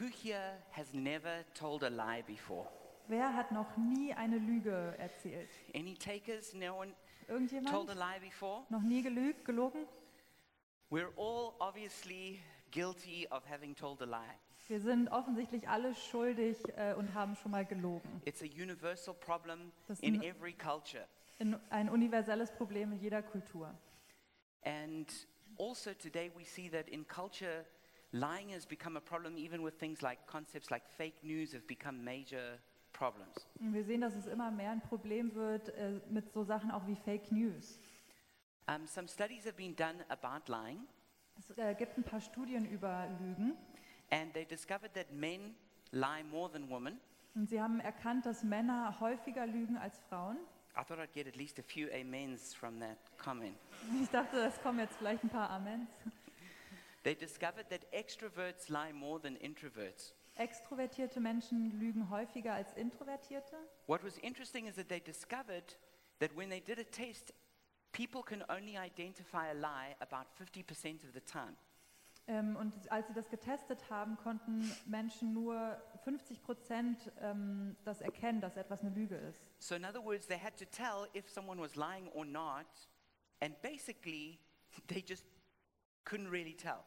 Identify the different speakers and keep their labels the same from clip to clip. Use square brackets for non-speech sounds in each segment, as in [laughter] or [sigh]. Speaker 1: Who here has never told a lie before?
Speaker 2: Wer hat noch nie eine Lüge erzählt?
Speaker 1: Any takers? No one told a
Speaker 2: Irgendjemand?
Speaker 1: lie before?
Speaker 2: Noch nie gelügt, gelogen?
Speaker 1: We're all obviously guilty of having told a lie.
Speaker 2: Wir sind offensichtlich alle schuldig äh, und haben schon mal gelogen.
Speaker 1: It's a universal problem
Speaker 2: Das
Speaker 1: in
Speaker 2: n-
Speaker 1: every culture.
Speaker 2: In, ein universelles Problem in jeder Kultur.
Speaker 1: And also today we see that in culture, lying has become a problem even with things like concepts like fake news have become major problems.
Speaker 2: Und wir sehen, dass es immer mehr ein Problem wird äh, mit so Sachen auch wie Fake News.
Speaker 1: Um, some studies have been done about lying,
Speaker 2: Es äh, gibt ein paar Studien über Lügen
Speaker 1: and they discovered that men lie more than women.
Speaker 2: und sie haben erkannt, dass Männer häufiger lügen als Frauen.
Speaker 1: I thought I'd get at least a few amens from that comment.
Speaker 2: Ich dachte, es kommen jetzt vielleicht ein paar Amens.
Speaker 1: They discovered that extroverts lie more than introverts.
Speaker 2: Extrovertierte Menschen lügen häufiger als Introvertierte.
Speaker 1: What was interesting is that they discovered that when they did a test, people can only identify a lie about 50% of the time.
Speaker 2: Ähm, und als sie das getestet haben, konnten Menschen nur 50 Prozent ähm, das erkennen, dass etwas eine Lüge ist.
Speaker 1: So, in other words, they had to tell if someone was lying or not, and basically, [laughs] they just couldn't really tell.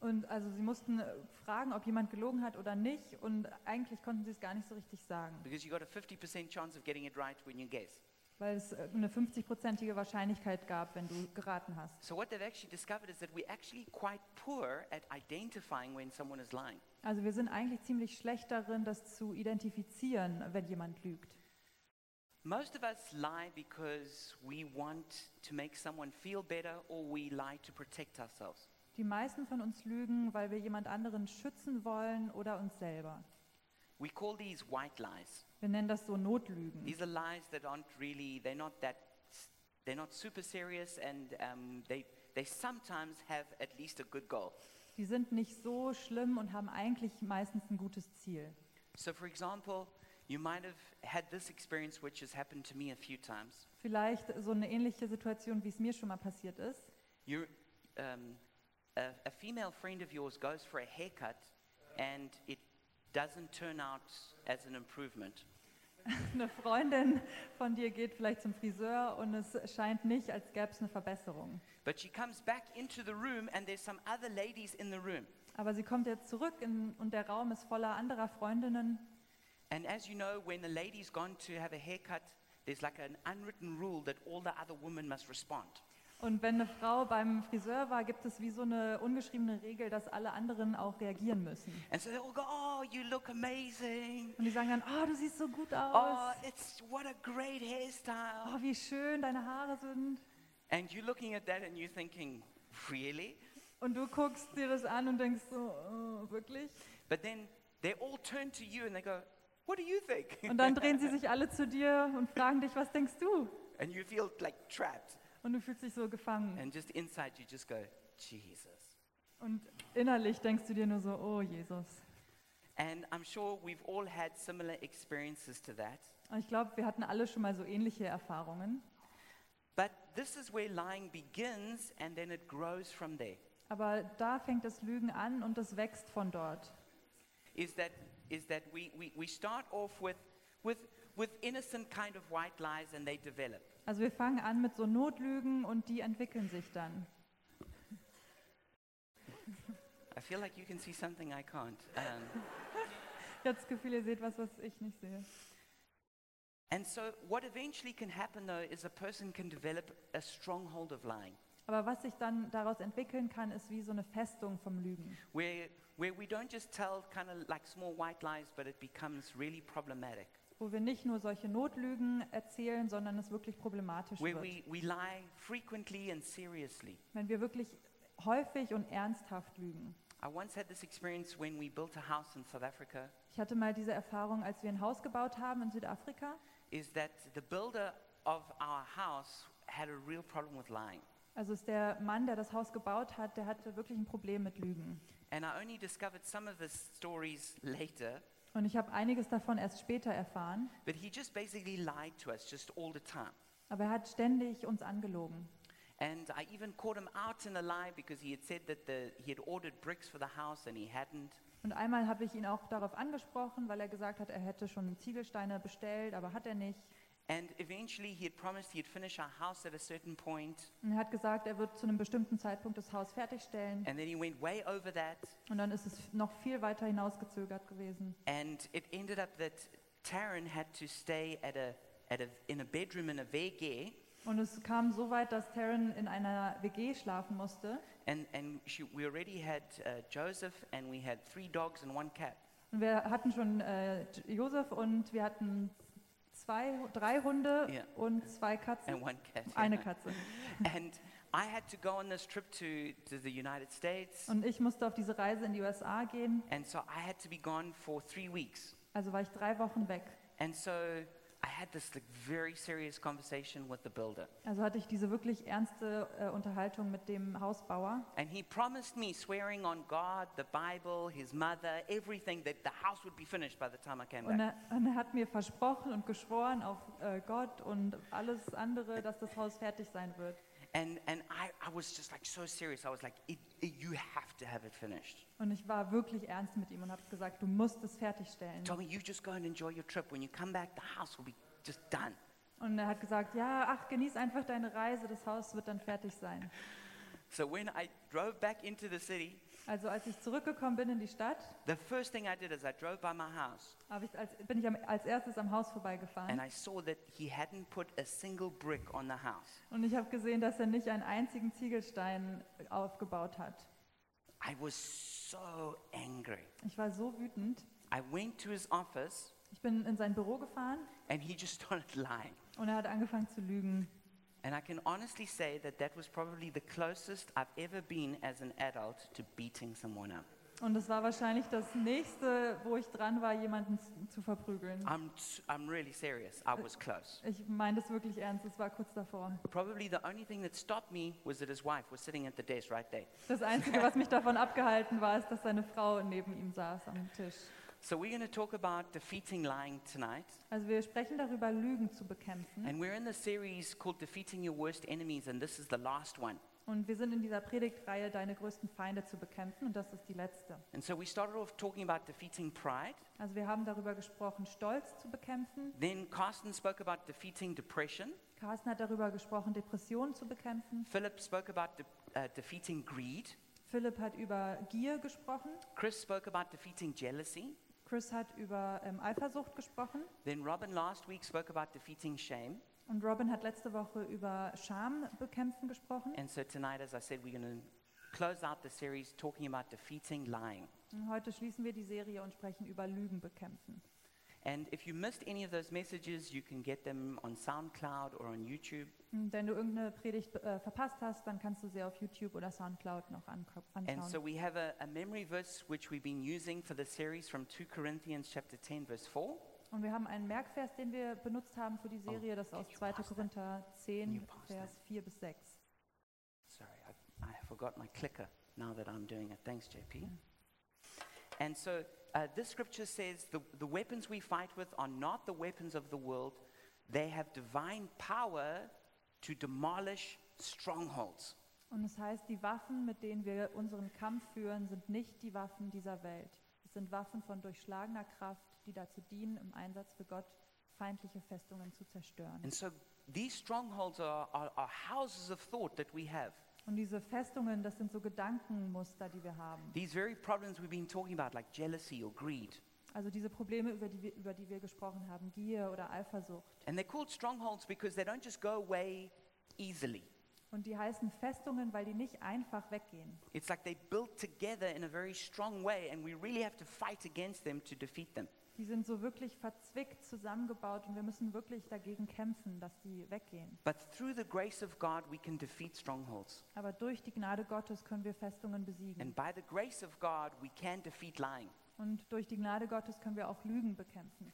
Speaker 2: Und also sie mussten äh, fragen, ob jemand gelogen hat oder nicht. Und eigentlich konnten sie es gar nicht so richtig sagen,
Speaker 1: Because you got a 50% chance of getting it right when you guess.
Speaker 2: weil es äh, eine 50-prozentige Wahrscheinlichkeit gab, wenn du geraten hast.
Speaker 1: So, what they've actually discovered is that we're actually quite poor at identifying when someone is lying.
Speaker 2: Also wir sind eigentlich ziemlich schlecht darin, das zu identifizieren, wenn jemand lügt.
Speaker 1: Most of us lie because we want to make someone feel better or we lie to protect ourselves.
Speaker 2: Die meisten von uns lügen, weil wir jemand anderen schützen wollen oder uns selber.
Speaker 1: We call these white lies.
Speaker 2: Wir nennen das so Notlügen.
Speaker 1: These are lies that aren't really, they're not that, s- they're not super serious and um, they, they sometimes have at least a good goal.
Speaker 2: Die sind nicht so schlimm und haben eigentlich meistens ein gutes Ziel.
Speaker 1: So, for example, you might have had this experience, which has happened to me a few times.
Speaker 2: Vielleicht so eine ähnliche Situation, wie es mir schon mal passiert ist.
Speaker 1: You're, um, a, a female friend of yours goes for a haircut and it doesn't turn out as an improvement.
Speaker 2: Eine Freundin von dir geht vielleicht zum Friseur und es scheint nicht, als gäbe es eine Verbesserung.
Speaker 1: But she comes back into the room and there's some other ladies in the room.
Speaker 2: Aber sie kommt jetzt zurück in, und der Raum ist voller anderer Freundinnen.
Speaker 1: And as you know, when a lady's gone to have a haircut, there's like an unwritten rule that all the other women must respond.
Speaker 2: Und wenn eine Frau beim Friseur war, gibt es wie so eine ungeschriebene Regel, dass alle anderen auch reagieren müssen.
Speaker 1: And so they all go, Oh, you look amazing.
Speaker 2: Und die sagen dann, oh, du siehst so gut
Speaker 1: Oh,
Speaker 2: aus.
Speaker 1: it's what a great hairstyle.
Speaker 2: Oh, wie schön deine Haare sind.
Speaker 1: And you're looking at that and you're thinking, Really?
Speaker 2: Und du guckst dir das an und denkst so, oh, wirklich?
Speaker 1: But then they all turn to you and they go, What do you think?
Speaker 2: Und dann drehen sie sich alle zu dir und fragen dich, was denkst du?
Speaker 1: [laughs] And you feel like trapped.
Speaker 2: Und du fühlst dich so gefangen.
Speaker 1: And just inside, you just go, Jesus.
Speaker 2: Und innerlich denkst du dir nur so, oh Jesus.
Speaker 1: And I'm sure we've all had similar experiences to that.
Speaker 2: Und ich glaube, wir hatten alle schon mal so ähnliche Erfahrungen.
Speaker 1: But this is where lying begins and then it grows from there.
Speaker 2: Aber da fängt das Lügen an und das wächst von dort.
Speaker 1: Is that, is that we, we, we start off with, with, with innocent kind of white lies and they develop.
Speaker 2: Also wir fangen an mit so Notlügen und die entwickeln sich dann.
Speaker 1: I feel like you can see something I can't. Um, [laughs]
Speaker 2: Ich habe das Gefühl, ihr seht was, was ich nicht sehe.
Speaker 1: and so, what eventually can happen though is a person can develop a stronghold of lying
Speaker 2: Aber was sich dann daraus entwickeln kann, ist wie so eine Festung vom Lügen.
Speaker 1: where, where we don't just tell kind of like small white lies, but it becomes really problematic.
Speaker 2: Wo wir nicht nur solche Notlügen erzählen, sondern es wirklich problematisch
Speaker 1: Where
Speaker 2: wird.
Speaker 1: we, we lie frequently and seriously.
Speaker 2: Wenn wir wirklich häufig und ernsthaft lügen.
Speaker 1: I once had this experience when we built a house in South Africa.
Speaker 2: Ich hatte mal diese Erfahrung, als wir ein Haus gebaut haben in Südafrika.
Speaker 1: Is that the builder of our house had a real problem with lying.
Speaker 2: Also ist der Mann, der das Haus gebaut hat, der hatte wirklich ein Problem mit Lügen.
Speaker 1: And I only discovered some of the stories [laughs] later,
Speaker 2: Und ich habe einiges davon erst später erfahren.
Speaker 1: but he just basically lied to us just all the time.
Speaker 2: Aber er hat ständig uns angelogen.
Speaker 1: And I even caught him out in a lie because he had said that the, he had ordered bricks for the house and he hadn't.
Speaker 2: Und einmal habe ich ihn auch darauf angesprochen, weil er gesagt hat, er hätte schon Ziegelsteine bestellt, aber hat er nicht.
Speaker 1: And eventually he had promised he'd finish our house at a certain point,
Speaker 2: Und er hat gesagt, er wird zu einem bestimmten Zeitpunkt das Haus fertigstellen.
Speaker 1: and then he went way over that.
Speaker 2: Und dann ist es noch viel weiter hinausgezögert gewesen.
Speaker 1: And it ended up that Taryn had to stay at a, at a, in a bedroom in a vege,
Speaker 2: Und es kam so weit, dass Taryn in einer WG schlafen musste.
Speaker 1: and, and she, we already had uh, Joseph, and we had three dogs and one cat.
Speaker 2: Und wir hatten schon äh, J- Josef und wir hatten zwei, drei Hunde
Speaker 1: Ja.
Speaker 2: und zwei Katzen.
Speaker 1: And one cat. yeah.
Speaker 2: Eine Katze.
Speaker 1: [laughs] And I had to go on this trip to, to the United States,
Speaker 2: Und ich musste auf diese Reise in die USA gehen.
Speaker 1: and so I had to be gone for three weeks.
Speaker 2: Also war ich drei Wochen weg.
Speaker 1: And so I had this like, very serious conversation with the builder.
Speaker 2: Also hatte ich diese wirklich ernste äh, Unterhaltung mit dem Hausbauer.
Speaker 1: And he promised me, swearing on God, the Bible, his mother, everything, that the house would be finished by the time I came
Speaker 2: Und
Speaker 1: back.
Speaker 2: er, und er hat mir versprochen und geschworen auf äh, Gott und alles andere, dass das Haus fertig sein wird.
Speaker 1: And, and I, I was just like so serious. I was like, it, it- you have to have it finished.
Speaker 2: Und ich war wirklich ernst mit ihm und habe gesagt, du musst es fertigstellen.
Speaker 1: Tommy, you just go and enjoy your trip. When you come back, the house will be just done.
Speaker 2: Und er hat gesagt, ja, ach, genieß einfach deine Reise, das Haus wird dann fertig sein.
Speaker 1: So when I drove back into the city,
Speaker 2: Also als ich zurückgekommen bin in die Stadt,
Speaker 1: the first thing I did is I drove by my house
Speaker 2: hab ich als, bin ich am, als erstes am Haus vorbeigefahren.
Speaker 1: and I saw that he hadn't put a single brick on the house.
Speaker 2: Und ich habe gesehen, dass er nicht einen einzigen Ziegelstein aufgebaut hat.
Speaker 1: I was so angry.
Speaker 2: Ich war so wütend.
Speaker 1: I went to his office
Speaker 2: Ich bin in sein Büro gefahren
Speaker 1: and he just [laughs] started lying.
Speaker 2: und er hat angefangen zu lügen.
Speaker 1: And I can honestly say that that was probably the closest I've ever been as an adult to beating someone up.
Speaker 2: Und das war wahrscheinlich das nächste, wo ich dran war, jemanden z- zu verprügeln.
Speaker 1: I'm, t- I'm really serious. I was close.
Speaker 2: Ich meine das wirklich ernst, es war kurz davor.
Speaker 1: Probably the only thing that stopped me was that his wife was sitting at the desk right there.
Speaker 2: Das Einzige, was mich davon abgehalten war, ist, dass seine Frau neben ihm saß am Tisch.
Speaker 1: So we're going to talk about defeating lying tonight.
Speaker 2: Also wir sprechen darüber, Lügen zu bekämpfen.
Speaker 1: And we're in the series called Defeating Your Worst Enemies, and this is the last one.
Speaker 2: Und wir sind in dieser Predigtreihe, deine größten Feinde zu bekämpfen. Und das ist die letzte.
Speaker 1: And so we started off talking about defeating pride.
Speaker 2: Also wir haben darüber gesprochen, Stolz zu bekämpfen.
Speaker 1: Then Carsten spoke about defeating depression.
Speaker 2: Carsten hat darüber gesprochen, Depressionen zu bekämpfen.
Speaker 1: Philip spoke about de- uh, defeating greed.
Speaker 2: Philipp hat über Gier gesprochen.
Speaker 1: Chris spoke about defeating jealousy.
Speaker 2: Chris hat über ähm, Eifersucht gesprochen.
Speaker 1: Then Robin last week spoke about defeating shame.
Speaker 2: Und Robin hat letzte Woche über Scham bekämpfen gesprochen.
Speaker 1: And so tonight, as I said, we're going to close out the series talking about defeating lying.
Speaker 2: Und heute schließen wir die Serie und sprechen über Lügen bekämpfen.
Speaker 1: And if you missed any of those messages, you can get them on SoundCloud or on YouTube.
Speaker 2: Und Hm, wenn du irgendeine Predigt äh, verpasst hast, dann kannst du sie auf YouTube oder Soundcloud noch anko-
Speaker 1: And
Speaker 2: anschauen.
Speaker 1: so we have a, a memory verse which we've been using for the series from 2 Corinthians chapter 10 verse 4.
Speaker 2: Und wir haben einen Merkvers, den wir benutzt haben für die Serie, das ist aus
Speaker 1: Oh, you
Speaker 2: 2.
Speaker 1: pass that?
Speaker 2: Korinther
Speaker 1: Can you
Speaker 2: 10,
Speaker 1: pass
Speaker 2: Vers 4 bis 6.
Speaker 1: Sorry, I, I forgot my clicker now that I'm doing it. Thanks, JP. And so uh, this scripture says the, the weapons we fight with are not the weapons of the world, they have divine power to demolish strongholds.
Speaker 2: Und es heißt, die Waffen, mit denen wir unseren Kampf führen, sind nicht die Waffen dieser Welt. Es sind Waffen von durchschlagener Kraft, die dazu dienen, im Einsatz für Gott feindliche Festungen zu zerstören.
Speaker 1: And so these strongholds are, are, are houses of thought that we have.
Speaker 2: Und diese Festungen, das sind so Gedankenmuster, die wir haben.
Speaker 1: These very problems we've been talking about, like jealousy or greed.
Speaker 2: Also diese Probleme, über die wir, über die wir gesprochen haben, Gier oder Eifersucht.
Speaker 1: And they're called strongholds because they don't just go away easily.
Speaker 2: Und die heißen Festungen, weil die nicht einfach weggehen.
Speaker 1: It's like they built together in a very strong way, and we really have to fight against them to defeat them.
Speaker 2: Die sind so wirklich verzwickt zusammengebaut und wir müssen wirklich dagegen kämpfen, dass die weggehen.
Speaker 1: But through the grace of God, we can defeat strongholds.
Speaker 2: Aber durch die Gnade Gottes können wir Festungen besiegen.
Speaker 1: And by the grace of God, we can defeat lying.
Speaker 2: Und durch die Gnade Gottes können wir auch Lügen bekämpfen.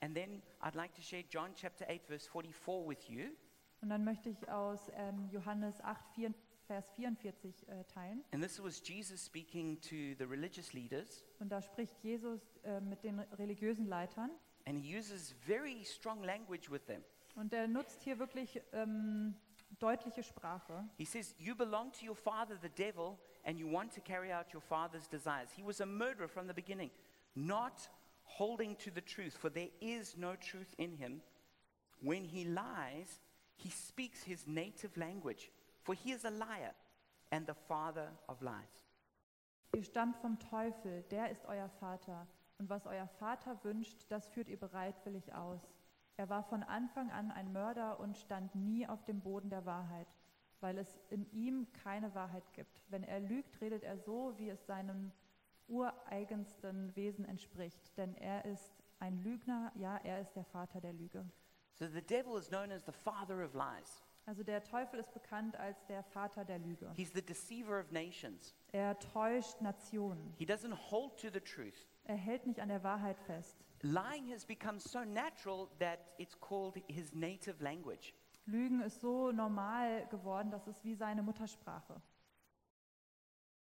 Speaker 1: And then I'd like to share John chapter 8, verse 44 with you.
Speaker 2: Und dann möchte ich aus ähm, Johannes 8, 4, Vers 44 äh, teilen.
Speaker 1: And this was Jesus speaking to the religious leaders.
Speaker 2: Und da spricht Jesus äh, mit den religiösen Leitern.
Speaker 1: And he uses very strong language with them.
Speaker 2: Und er nutzt hier wirklich ähm, deutliche Sprache.
Speaker 1: He says, You belong to your father, the devil, and you want to carry out your father's desires. He was a murderer from the beginning, not holding to the truth, for there is no truth in him. When he lies, he speaks his native language, for he is a liar and the father of lies.
Speaker 2: Ihr stammt vom Teufel, der ist euer Vater. Und was euer Vater wünscht, das führt ihr bereitwillig aus. Er war von Anfang an ein Mörder und stand nie auf dem Boden der Wahrheit, weil es in ihm keine Wahrheit gibt. Wenn er lügt, redet er so, wie es seinem ureigensten Wesen entspricht. Denn er ist ein Lügner, ja, er ist der Vater der Lüge.
Speaker 1: So the devil is known as the father of lies.
Speaker 2: Also der Teufel ist bekannt als der Vater der Lüge.
Speaker 1: He's the deceiver of nations.
Speaker 2: Er täuscht Nationen.
Speaker 1: He doesn't hold to the truth.
Speaker 2: Er hält nicht an der Wahrheit fest.
Speaker 1: Lying has become so natural that it's called his native language.
Speaker 2: Lügen ist so normal geworden, dass es wie seine Muttersprache.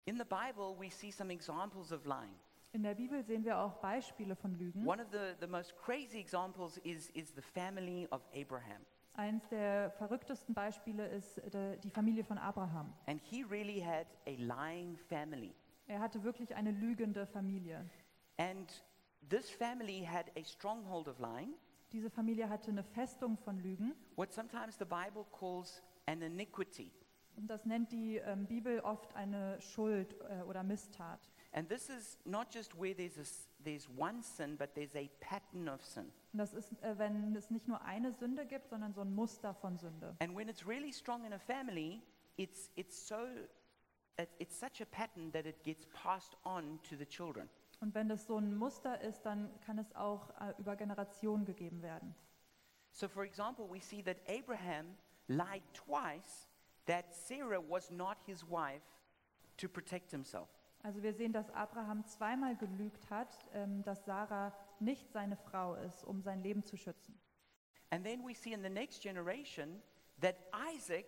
Speaker 1: In the Bible, we see some examples of lying.
Speaker 2: In der Bibel sehen wir auch Beispiele von Lügen.
Speaker 1: One of the, the most crazy examples is, is the family of Abraham.
Speaker 2: Eins der verrücktesten Beispiele ist äh, die Familie von Abraham.
Speaker 1: And he really had a lying family.
Speaker 2: Er hatte wirklich eine lügende Familie.
Speaker 1: And this family had a stronghold of lying,
Speaker 2: Diese Familie hatte eine Festung von Lügen.
Speaker 1: what sometimes the Bible calls an iniquity.
Speaker 2: Und das nennt die ähm, Bibel oft eine Schuld äh, oder Misstat.
Speaker 1: And this is not just where there's, a s there's one sin, but there's a pattern of sin.
Speaker 2: Und das ist, äh, wenn es nicht nur eine Sünde gibt, sondern so ein Muster von Sünde.
Speaker 1: And when it's really strong in a family, it's, it's, so, it- it's such a pattern that it gets passed on to the children.
Speaker 2: Und wenn das so ein Muster ist, dann kann es auch äh, über Generationen gegeben werden.
Speaker 1: So, for example, we see that Abraham lied twice that Sarah was not his wife to protect himself.
Speaker 2: Also wir sehen, dass Abraham zweimal gelügt hat, ähm, dass Sarah nicht seine Frau ist, um sein Leben zu schützen.
Speaker 1: And then we see in the next generation that Isaac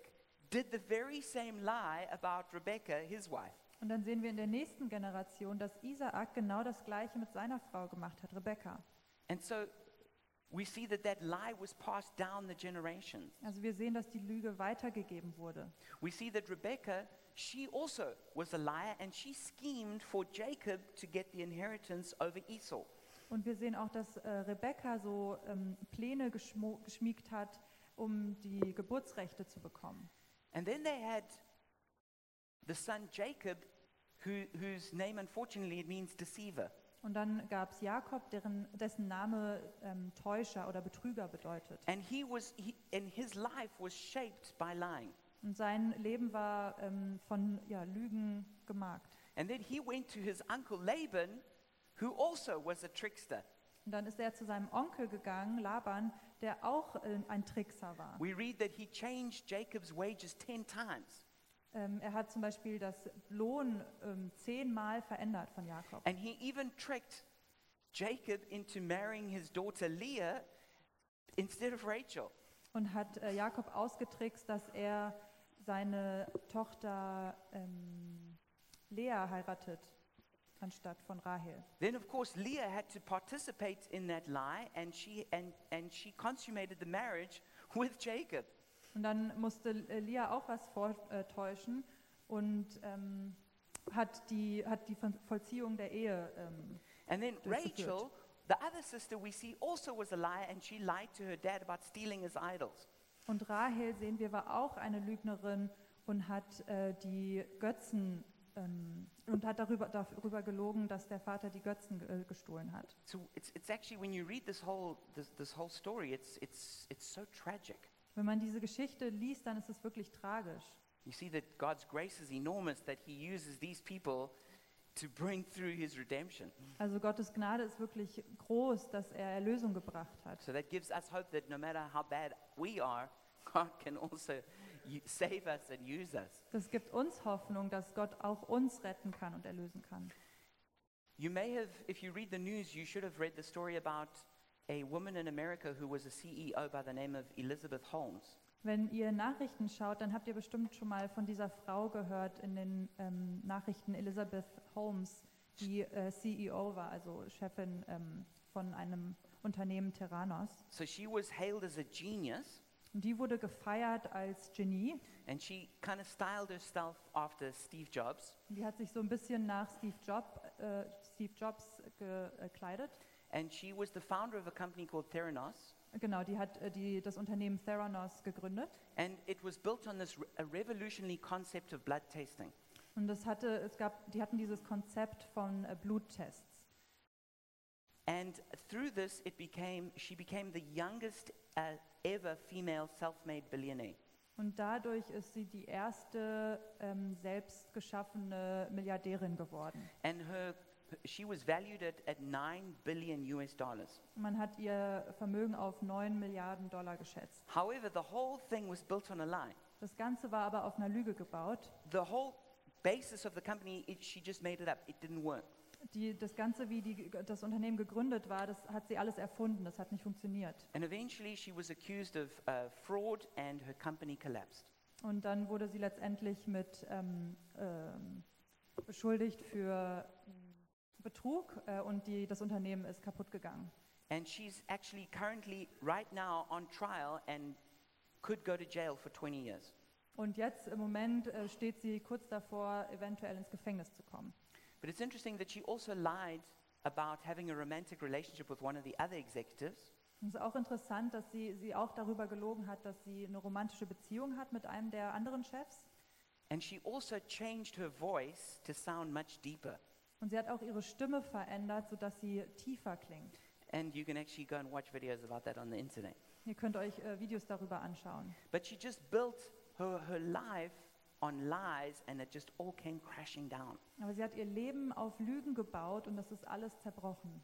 Speaker 1: did the very same lie about Rebekah, his wife.
Speaker 2: Und dann sehen wir in der nächsten Generation, dass Isaak genau das Gleiche mit seiner Frau gemacht hat, Rebekka.
Speaker 1: And so we see that that lie was passed down the generations.
Speaker 2: Also wir sehen, dass die Lüge weitergegeben wurde.
Speaker 1: We see that Rebekah, she also was a liar and she schemed for Jacob to get the inheritance over Esau.
Speaker 2: Und wir sehen auch, dass äh, Rebekka so ähm, Pläne geschmo- geschmiegt hat, um die Geburtsrechte zu bekommen.
Speaker 1: And then they had the son Jacob, who, whose name unfortunately it means deceiver.
Speaker 2: Und dann gab es Jakob, deren, dessen Name ähm, Täuscher oder Betrüger bedeutet.
Speaker 1: And he was, he, and his life was shaped by lying.
Speaker 2: Und sein Leben war ähm, von ja, Lügen gemarkt.
Speaker 1: And then he went to his uncle Laban, who also was a trickster.
Speaker 2: Und dann ist er zu seinem Onkel gegangen, Laban, der auch äh, ein Trickser war.
Speaker 1: We read that he changed Jacob's wages 10 times.
Speaker 2: Ähm, er hat zum Beispiel das Lohn ähm, zehnmal verändert von Jakob.
Speaker 1: And he even tricked Jacob into marrying his daughter Leah instead of Rachel.
Speaker 2: Und hat äh, Jakob ausgetrickst, dass er seine Tochter ähm, Lea heiratet, anstatt von Rahel.
Speaker 1: Then, of course, Leah had to participate in that lie, and she, and, and she consummated the marriage with Jacob.
Speaker 2: Und dann musste äh, Lea auch was vortäuschen und ähm, hat, die, hat die Ver- Vollziehung der Ehe. Ähm,
Speaker 1: And then
Speaker 2: That's the third.
Speaker 1: Rachel, the other sister we see, also was a liar, and she lied to her dad about stealing his idols.
Speaker 2: und Rahel, sehen wir, war auch eine Lügnerin und hat äh, die Götzen ähm, und hat darüber, darüber gelogen, dass der Vater die Götzen ge- äh, gestohlen hat.
Speaker 1: So it's, it's actually when you read this whole this, this whole story, it's it's it's so tragic.
Speaker 2: Wenn man diese Geschichte liest, dann ist es wirklich tragisch.
Speaker 1: You see that God's grace is enormous that He uses these people to bring through His redemption.
Speaker 2: Also Gottes Gnade ist wirklich groß, dass er Erlösung gebracht hat.
Speaker 1: So that gives us hope that no matter how bad we are, [laughs] God can also u- save us and use us.
Speaker 2: Das gibt uns Hoffnung, dass Gott auch uns retten kann und erlösen kann.
Speaker 1: You may have, if you read the news, you should have read the story about a woman in America who was a CEO by the name of Elizabeth Holmes.
Speaker 2: Wenn ihr Nachrichten schaut, dann habt ihr bestimmt schon mal von dieser Frau gehört in den ähm, Nachrichten Elizabeth Holmes, die äh, CEO war, also Chefin ähm, von einem Unternehmen Terranos.
Speaker 1: So she was hailed as a genius,
Speaker 2: Und die wurde gefeiert als Genie.
Speaker 1: And she kind of styled herself after Steve Jobs.
Speaker 2: Und Die hat sich so ein bisschen nach Steve, Job, äh, Steve Jobs gekleidet.
Speaker 1: And she was the founder of a company called Theranos.
Speaker 2: Genau, die hat äh, die, das Unternehmen Theranos gegründet.
Speaker 1: And it was built on this re- a revolutionary concept of blood tasting.
Speaker 2: Und das hatte, es gab, die hatten dieses Konzept von äh, Bluttests.
Speaker 1: And through this, it became, she became the youngest uh, ever female self made billionaire.
Speaker 2: Und dadurch ist sie die erste ähm, selbst geschaffene Milliardärin geworden.
Speaker 1: And her, she was valued at, at 9 billion US dollars.
Speaker 2: Man hat ihr Vermögen auf 9 Milliarden Dollar geschätzt.
Speaker 1: However, the whole thing was built on a lie.
Speaker 2: Das Ganze war aber auf einer Lüge gebaut.
Speaker 1: The whole basis of the company, it, she just made it up. It didn't work.
Speaker 2: Die, das Ganze, wie die, das Unternehmen gegründet war, das hat sie alles erfunden. Das hat nicht funktioniert.
Speaker 1: And eventually, she was accused of uh, fraud and her company collapsed.
Speaker 2: Und dann wurde sie letztendlich mit ähm, ähm, beschuldigt für Betrug äh, und die, das Unternehmen ist kaputt gegangen.
Speaker 1: And she's actually currently, right now, on trial and could go to jail for 20 years.
Speaker 2: Und jetzt im Moment äh, steht sie kurz davor, eventuell ins Gefängnis zu kommen.
Speaker 1: But it's interesting that she also lied about having a romantic relationship with one of the other executives.
Speaker 2: Und es ist auch interessant, dass sie, sie auch darüber gelogen hat, dass sie eine romantische Beziehung hat mit einem der anderen Chefs.
Speaker 1: And she also changed her voice to sound much deeper.
Speaker 2: Und sie hat auch ihre Stimme verändert, sodass sie tiefer klingt.
Speaker 1: And you can actually go and watch videos about that on the internet.
Speaker 2: Ihr könnt euch äh, Videos darüber anschauen.
Speaker 1: But she just built her, her life on lies and it just all came crashing down.
Speaker 2: Aber sie hat ihr Leben auf Lügen gebaut und das ist alles zerbrochen.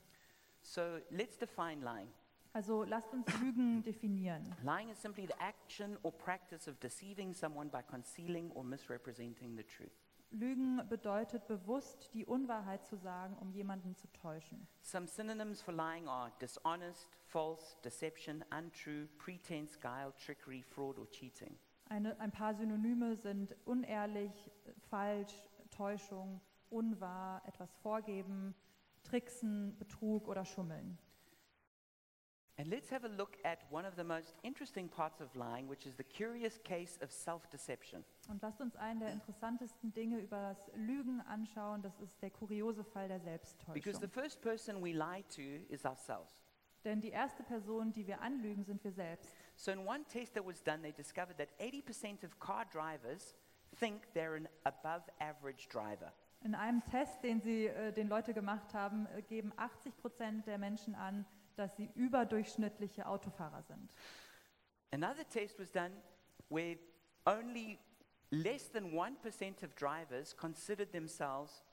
Speaker 1: So let's define lying.
Speaker 2: Also lasst uns Lügen definieren.
Speaker 1: Lying is simply the action or practice of deceiving someone by concealing or misrepresenting the truth.
Speaker 2: Lügen bedeutet bewusst die Unwahrheit zu sagen, um jemanden zu täuschen.
Speaker 1: Some synonyms for lying are dishonest, false, deception, untrue, pretense, guile, trickery, fraud, or cheating.
Speaker 2: Eine, ein paar Synonyme sind unehrlich, falsch, Täuschung, unwahr, etwas vorgeben, tricksen, Betrug oder schummeln.
Speaker 1: And let's have a look at one of the most interesting parts of lying, which is the curious case of self deception.
Speaker 2: Und lasst uns einen der interessantesten Dinge über das Lügen anschauen. Das ist der kuriose Fall der
Speaker 1: Because the
Speaker 2: Selbsttäuschung.
Speaker 1: first person we lie to is ourselves.
Speaker 2: Denn die erste Person, die wir anlügen, sind wir selbst.
Speaker 1: So, in one test that was done, they discovered that 80% of car drivers think they're an above average driver.
Speaker 2: In einem Test, den sie äh, den Leute gemacht haben, äh, geben 80 Prozent der Menschen an, dass sie überdurchschnittliche Autofahrer sind.
Speaker 1: Another test was done where only less than 1% of drivers considered themselves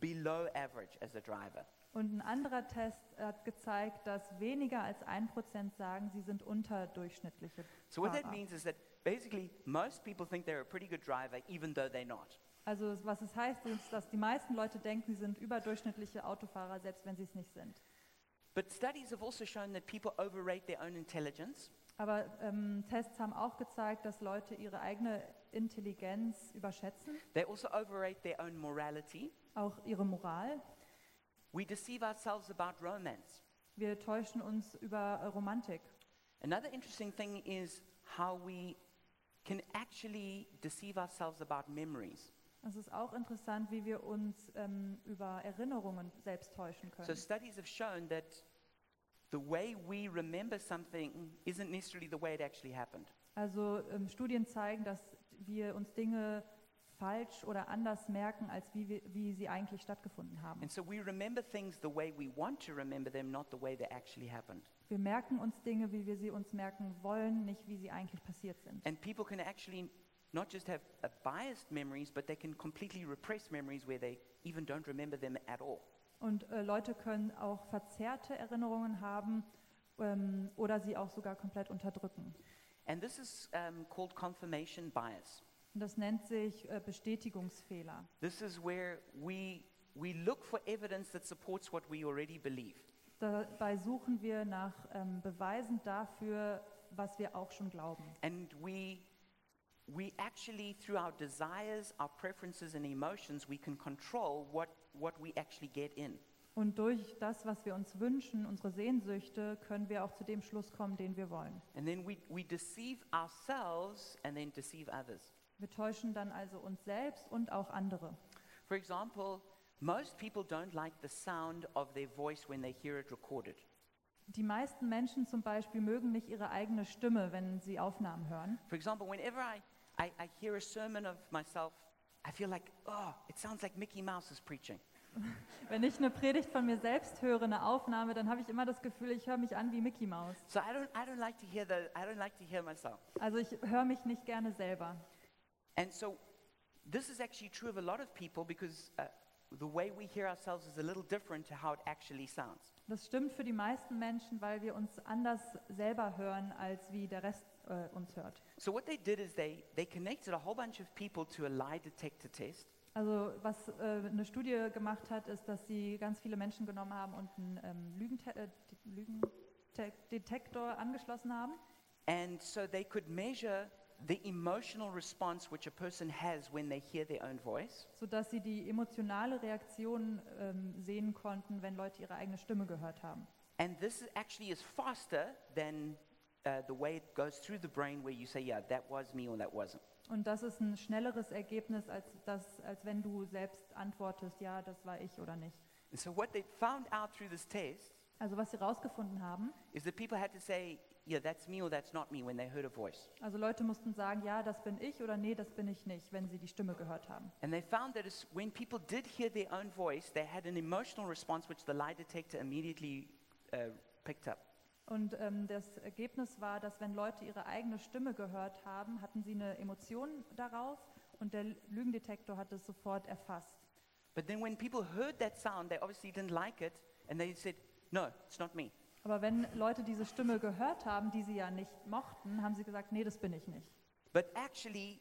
Speaker 1: below average as a driver.
Speaker 2: Und ein anderer Test hat gezeigt, dass weniger als ein Prozent sagen, sie sind unterdurchschnittliche
Speaker 1: So, what that
Speaker 2: Fahrer.
Speaker 1: means is that basically most people think they're a pretty good driver, even though they're not.
Speaker 2: Also es- was es heißt, ist, dass die meisten Leute denken, sie sind überdurchschnittliche Autofahrer, selbst wenn sie es nicht sind.
Speaker 1: But studies have also shown that people overrate their own intelligence
Speaker 2: Aber ähm, Tests haben auch gezeigt, dass Leute ihre eigene Intelligenz überschätzen,
Speaker 1: They also overrate their own morality.
Speaker 2: auch ihre Moral.
Speaker 1: We deceive ourselves about romance.
Speaker 2: Wir täuschen uns über äh, Romantik.
Speaker 1: Another interesting thing is how we can actually deceive ourselves about memories.
Speaker 2: Es ist auch interessant, wie wir uns ähm, über Erinnerungen selbst täuschen können.
Speaker 1: So, studies have shown that the way we remember something isn't necessarily the way it actually happened.
Speaker 2: Also ähm, Studien zeigen, dass wir uns Dinge falsch oder anders merken, als wie, wir, wie sie eigentlich stattgefunden haben.
Speaker 1: And so, we remember things the way we want to remember them, not the way they actually happened.
Speaker 2: Wir merken uns Dinge, wie wir sie uns merken wollen, nicht wie sie eigentlich passiert sind.
Speaker 1: And people can actually not just have uh, biased memories, but they can completely repress memories where they even don't remember them at all.
Speaker 2: Und äh, Leute können auch verzerrte Erinnerungen haben ähm, oder sie auch sogar komplett unterdrücken.
Speaker 1: And this is um, called confirmation bias.
Speaker 2: Und das nennt sich äh, Bestätigungsfehler.
Speaker 1: This is where we, we look for evidence that supports what we already believe.
Speaker 2: Dabei suchen wir nach ähm, Beweisen dafür, was wir auch schon glauben.
Speaker 1: And we, we actually, through our desires, our preferences, and emotions, we can control what, what we actually get in.
Speaker 2: Und durch das, was wir uns wünschen, unsere Sehnsüchte, können wir auch zu dem Schluss kommen, den wir wollen.
Speaker 1: And then we, we deceive ourselves and then deceive others.
Speaker 2: Wir täuschen dann also uns selbst und auch andere.
Speaker 1: For example, most people don't like the sound of their voice when they hear it recorded.
Speaker 2: Die meisten Menschen zum Beispiel mögen nicht ihre eigene Stimme, wenn sie Aufnahmen hören.
Speaker 1: For example, whenever I, I, I hear a sermon of myself, I feel like, oh, it sounds like Mickey Mouse is preaching.
Speaker 2: Wenn ich eine Predigt von mir selbst höre, eine Aufnahme, dann habe ich immer das Gefühl, ich höre mich an wie Mickey Mouse.
Speaker 1: So I don't, I don't like to hear the, I don't like to hear myself.
Speaker 2: Also ich höre mich nicht gerne selber.
Speaker 1: And so this is actually true of a lot of people because uh, the way we hear ourselves is a little different to how it actually sounds.
Speaker 2: Das stimmt für die meisten Menschen, weil wir uns anders selber hören, als wie der Rest äh, uns hört.
Speaker 1: So what they did is they, they connected a whole bunch of people to a lie detector test.
Speaker 2: Also was äh, eine Studie gemacht hat, ist, dass sie ganz viele Menschen genommen haben und einen ähm, Lügente äh, de- Lügendetektor angeschlossen haben.
Speaker 1: And so they could measure the emotional response which a person has when they hear their own voice.
Speaker 2: sodass sie die emotionale Reaktion ähm, sehen konnten, wenn Leute ihre eigene Stimme gehört haben.
Speaker 1: And this is- actually is faster than uh, the way it goes through the brain where you say, yeah, that was me or that wasn't.
Speaker 2: Und das ist ein schnelleres Ergebnis, als, das, als wenn du selbst antwortest, ja, das war ich oder nicht.
Speaker 1: And so what they found out through this test
Speaker 2: Also was sie herausgefunden haben,
Speaker 1: is that people had to say, yeah, that's me or that's not me when they heard a voice.
Speaker 2: also Leute mussten sagen, ja, das bin ich oder nee, das bin ich nicht, wenn sie die Stimme gehört haben.
Speaker 1: And they found that as- when people did hear their own voice, they had an emotional response which the lie detector immediately uh, picked up.
Speaker 2: Und ähm, das Ergebnis war, dass wenn Leute ihre eigene Stimme gehört haben, hatten sie eine Emotion darauf und der Lügendetektor hat es sofort erfasst.
Speaker 1: But then when people heard that sound, they obviously didn't like it and they said, no, it's not me.
Speaker 2: Aber wenn Leute diese Stimme gehört haben, die sie ja nicht mochten, haben sie gesagt, nee, das bin ich nicht.
Speaker 1: But actually,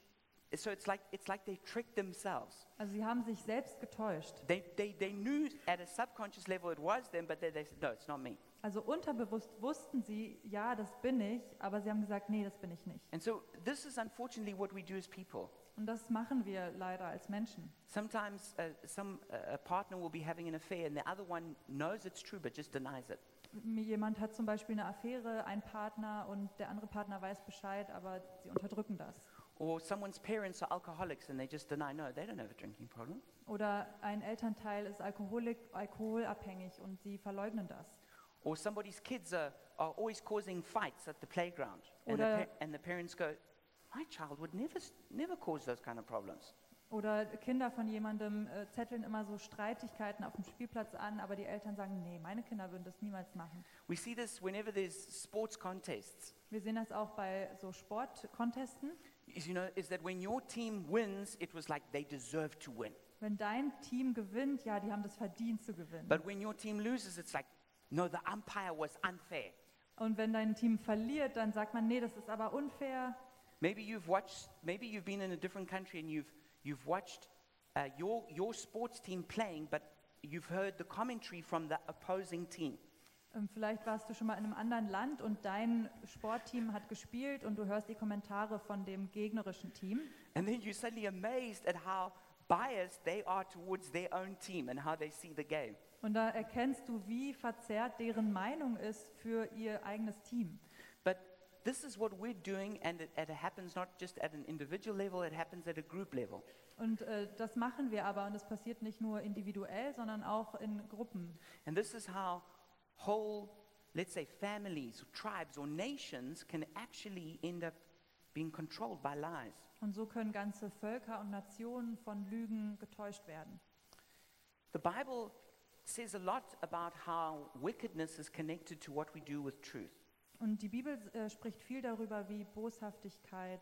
Speaker 1: so it's like, it's like they tricked themselves.
Speaker 2: Also sie haben sich selbst getäuscht.
Speaker 1: They, they, they knew at a subconscious level it was them, but they, they said, no, it's not me.
Speaker 2: Also unterbewusst wussten sie, ja, das bin ich, aber sie haben gesagt, nee, das bin ich nicht.
Speaker 1: And so this is unfortunately what we do as people.
Speaker 2: Und das machen wir leider als Menschen.
Speaker 1: Sometimes uh, some, uh, a partner will be having an affair and the other one knows it's true but just denies it.
Speaker 2: Mir Jemand hat zum Beispiel eine Affäre, ein Partner und der andere Partner weiß Bescheid, aber sie unterdrücken das.
Speaker 1: Or someone's parents are alcoholics and they just deny, no, they don't have a drinking problem.
Speaker 2: Oder ein Elternteil ist Alkoholik, alkoholabhängig und sie verleugnen das.
Speaker 1: Or somebody's kids are, are always causing fights at the playground. And the,
Speaker 2: Oder-
Speaker 1: pa- and the parents go, my child would never, s- never cause those kind of problems.
Speaker 2: Oder Kinder von jemandem äh, zetteln immer so Streitigkeiten auf dem Spielplatz an, aber die Eltern sagen, nee, meine Kinder würden das niemals machen.
Speaker 1: We see this whenever there's sports contests.
Speaker 2: Wir sehen das auch bei so Sportcontesten.
Speaker 1: Is, you know, is that when your team wins, it was like they deserve to win.
Speaker 2: Wenn dein Team gewinnt, ja, die haben das verdient zu gewinnen.
Speaker 1: But when your team loses, it's like, no, the umpire was unfair.
Speaker 2: Und wenn dein Team verliert, dann sagt man, nee, das ist aber unfair.
Speaker 1: Maybe you've watched, maybe you've been in a different country and you've, you've watched uh, your, your sports team playing, but you've heard the commentary from the opposing team.
Speaker 2: Ähm, Vielleicht warst du schon mal in einem anderen Land und dein Sportteam hat gespielt und du hörst die Kommentare von dem gegnerischen Team.
Speaker 1: And then you're suddenly amazed at how biased they are towards their own team and how they see the game.
Speaker 2: Und da erkennst du, wie verzerrt deren Meinung ist für ihr eigenes Team.
Speaker 1: But this is what we're doing, and it, and it happens not just at an individual level, it happens at a group level.
Speaker 2: Und äh, das machen wir aber und das passiert nicht nur individuell, sondern auch in Gruppen.
Speaker 1: And this is how whole, let's say, families, tribes, or nations can actually end up being controlled by lies.
Speaker 2: Und so können ganze Völker und Nationen von Lügen getäuscht werden.
Speaker 1: The Bible says a lot about how wickedness is connected to what we do with truth.
Speaker 2: Und die Bibel äh, spricht viel darüber, wie Boshaftigkeit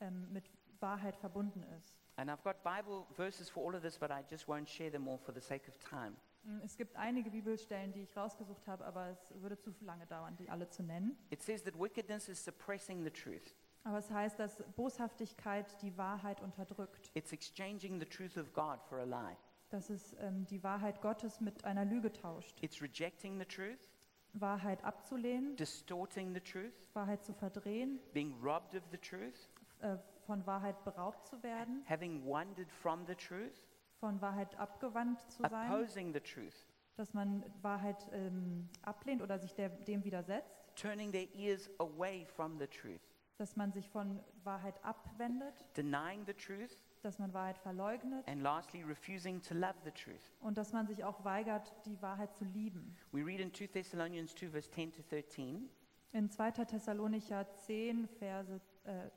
Speaker 2: ähm, mit Wahrheit verbunden ist.
Speaker 1: And I've got Bible verses for all of this, but I just won't share them all for the sake of time.
Speaker 2: Ähm, Es gibt einige Bibelstellen, die ich rausgesucht habe, aber es würde zu lange dauern, die alle zu nennen.
Speaker 1: It says that wickedness is suppressing the truth.
Speaker 2: Aber es heißt, dass Boshaftigkeit die Wahrheit unterdrückt.
Speaker 1: It's exchanging the truth of God for a lie.
Speaker 2: Dass es ähm, die Wahrheit Gottes mit einer Lüge tauscht.
Speaker 1: It's rejecting the truth,
Speaker 2: Wahrheit abzulehnen,
Speaker 1: distorting the truth,
Speaker 2: Wahrheit zu verdrehen,
Speaker 1: being robbed of the truth,
Speaker 2: äh, von Wahrheit beraubt zu werden,
Speaker 1: having wandered from the truth,
Speaker 2: von Wahrheit abgewandt zu sein,
Speaker 1: opposing the truth,
Speaker 2: dass man Wahrheit ähm, ablehnt oder sich der, dem widersetzt,
Speaker 1: turning their ears away from the truth,
Speaker 2: dass man sich von Wahrheit abwendet,
Speaker 1: denying the truth,
Speaker 2: dass man Wahrheit verleugnet
Speaker 1: and lastly, refusing to love the truth.
Speaker 2: und dass man sich auch weigert, die Wahrheit zu lieben.
Speaker 1: We read in 2 Thessalonians 2, verse 10 to 13.
Speaker 2: In 2. Thessalonicher 10, Verse, äh,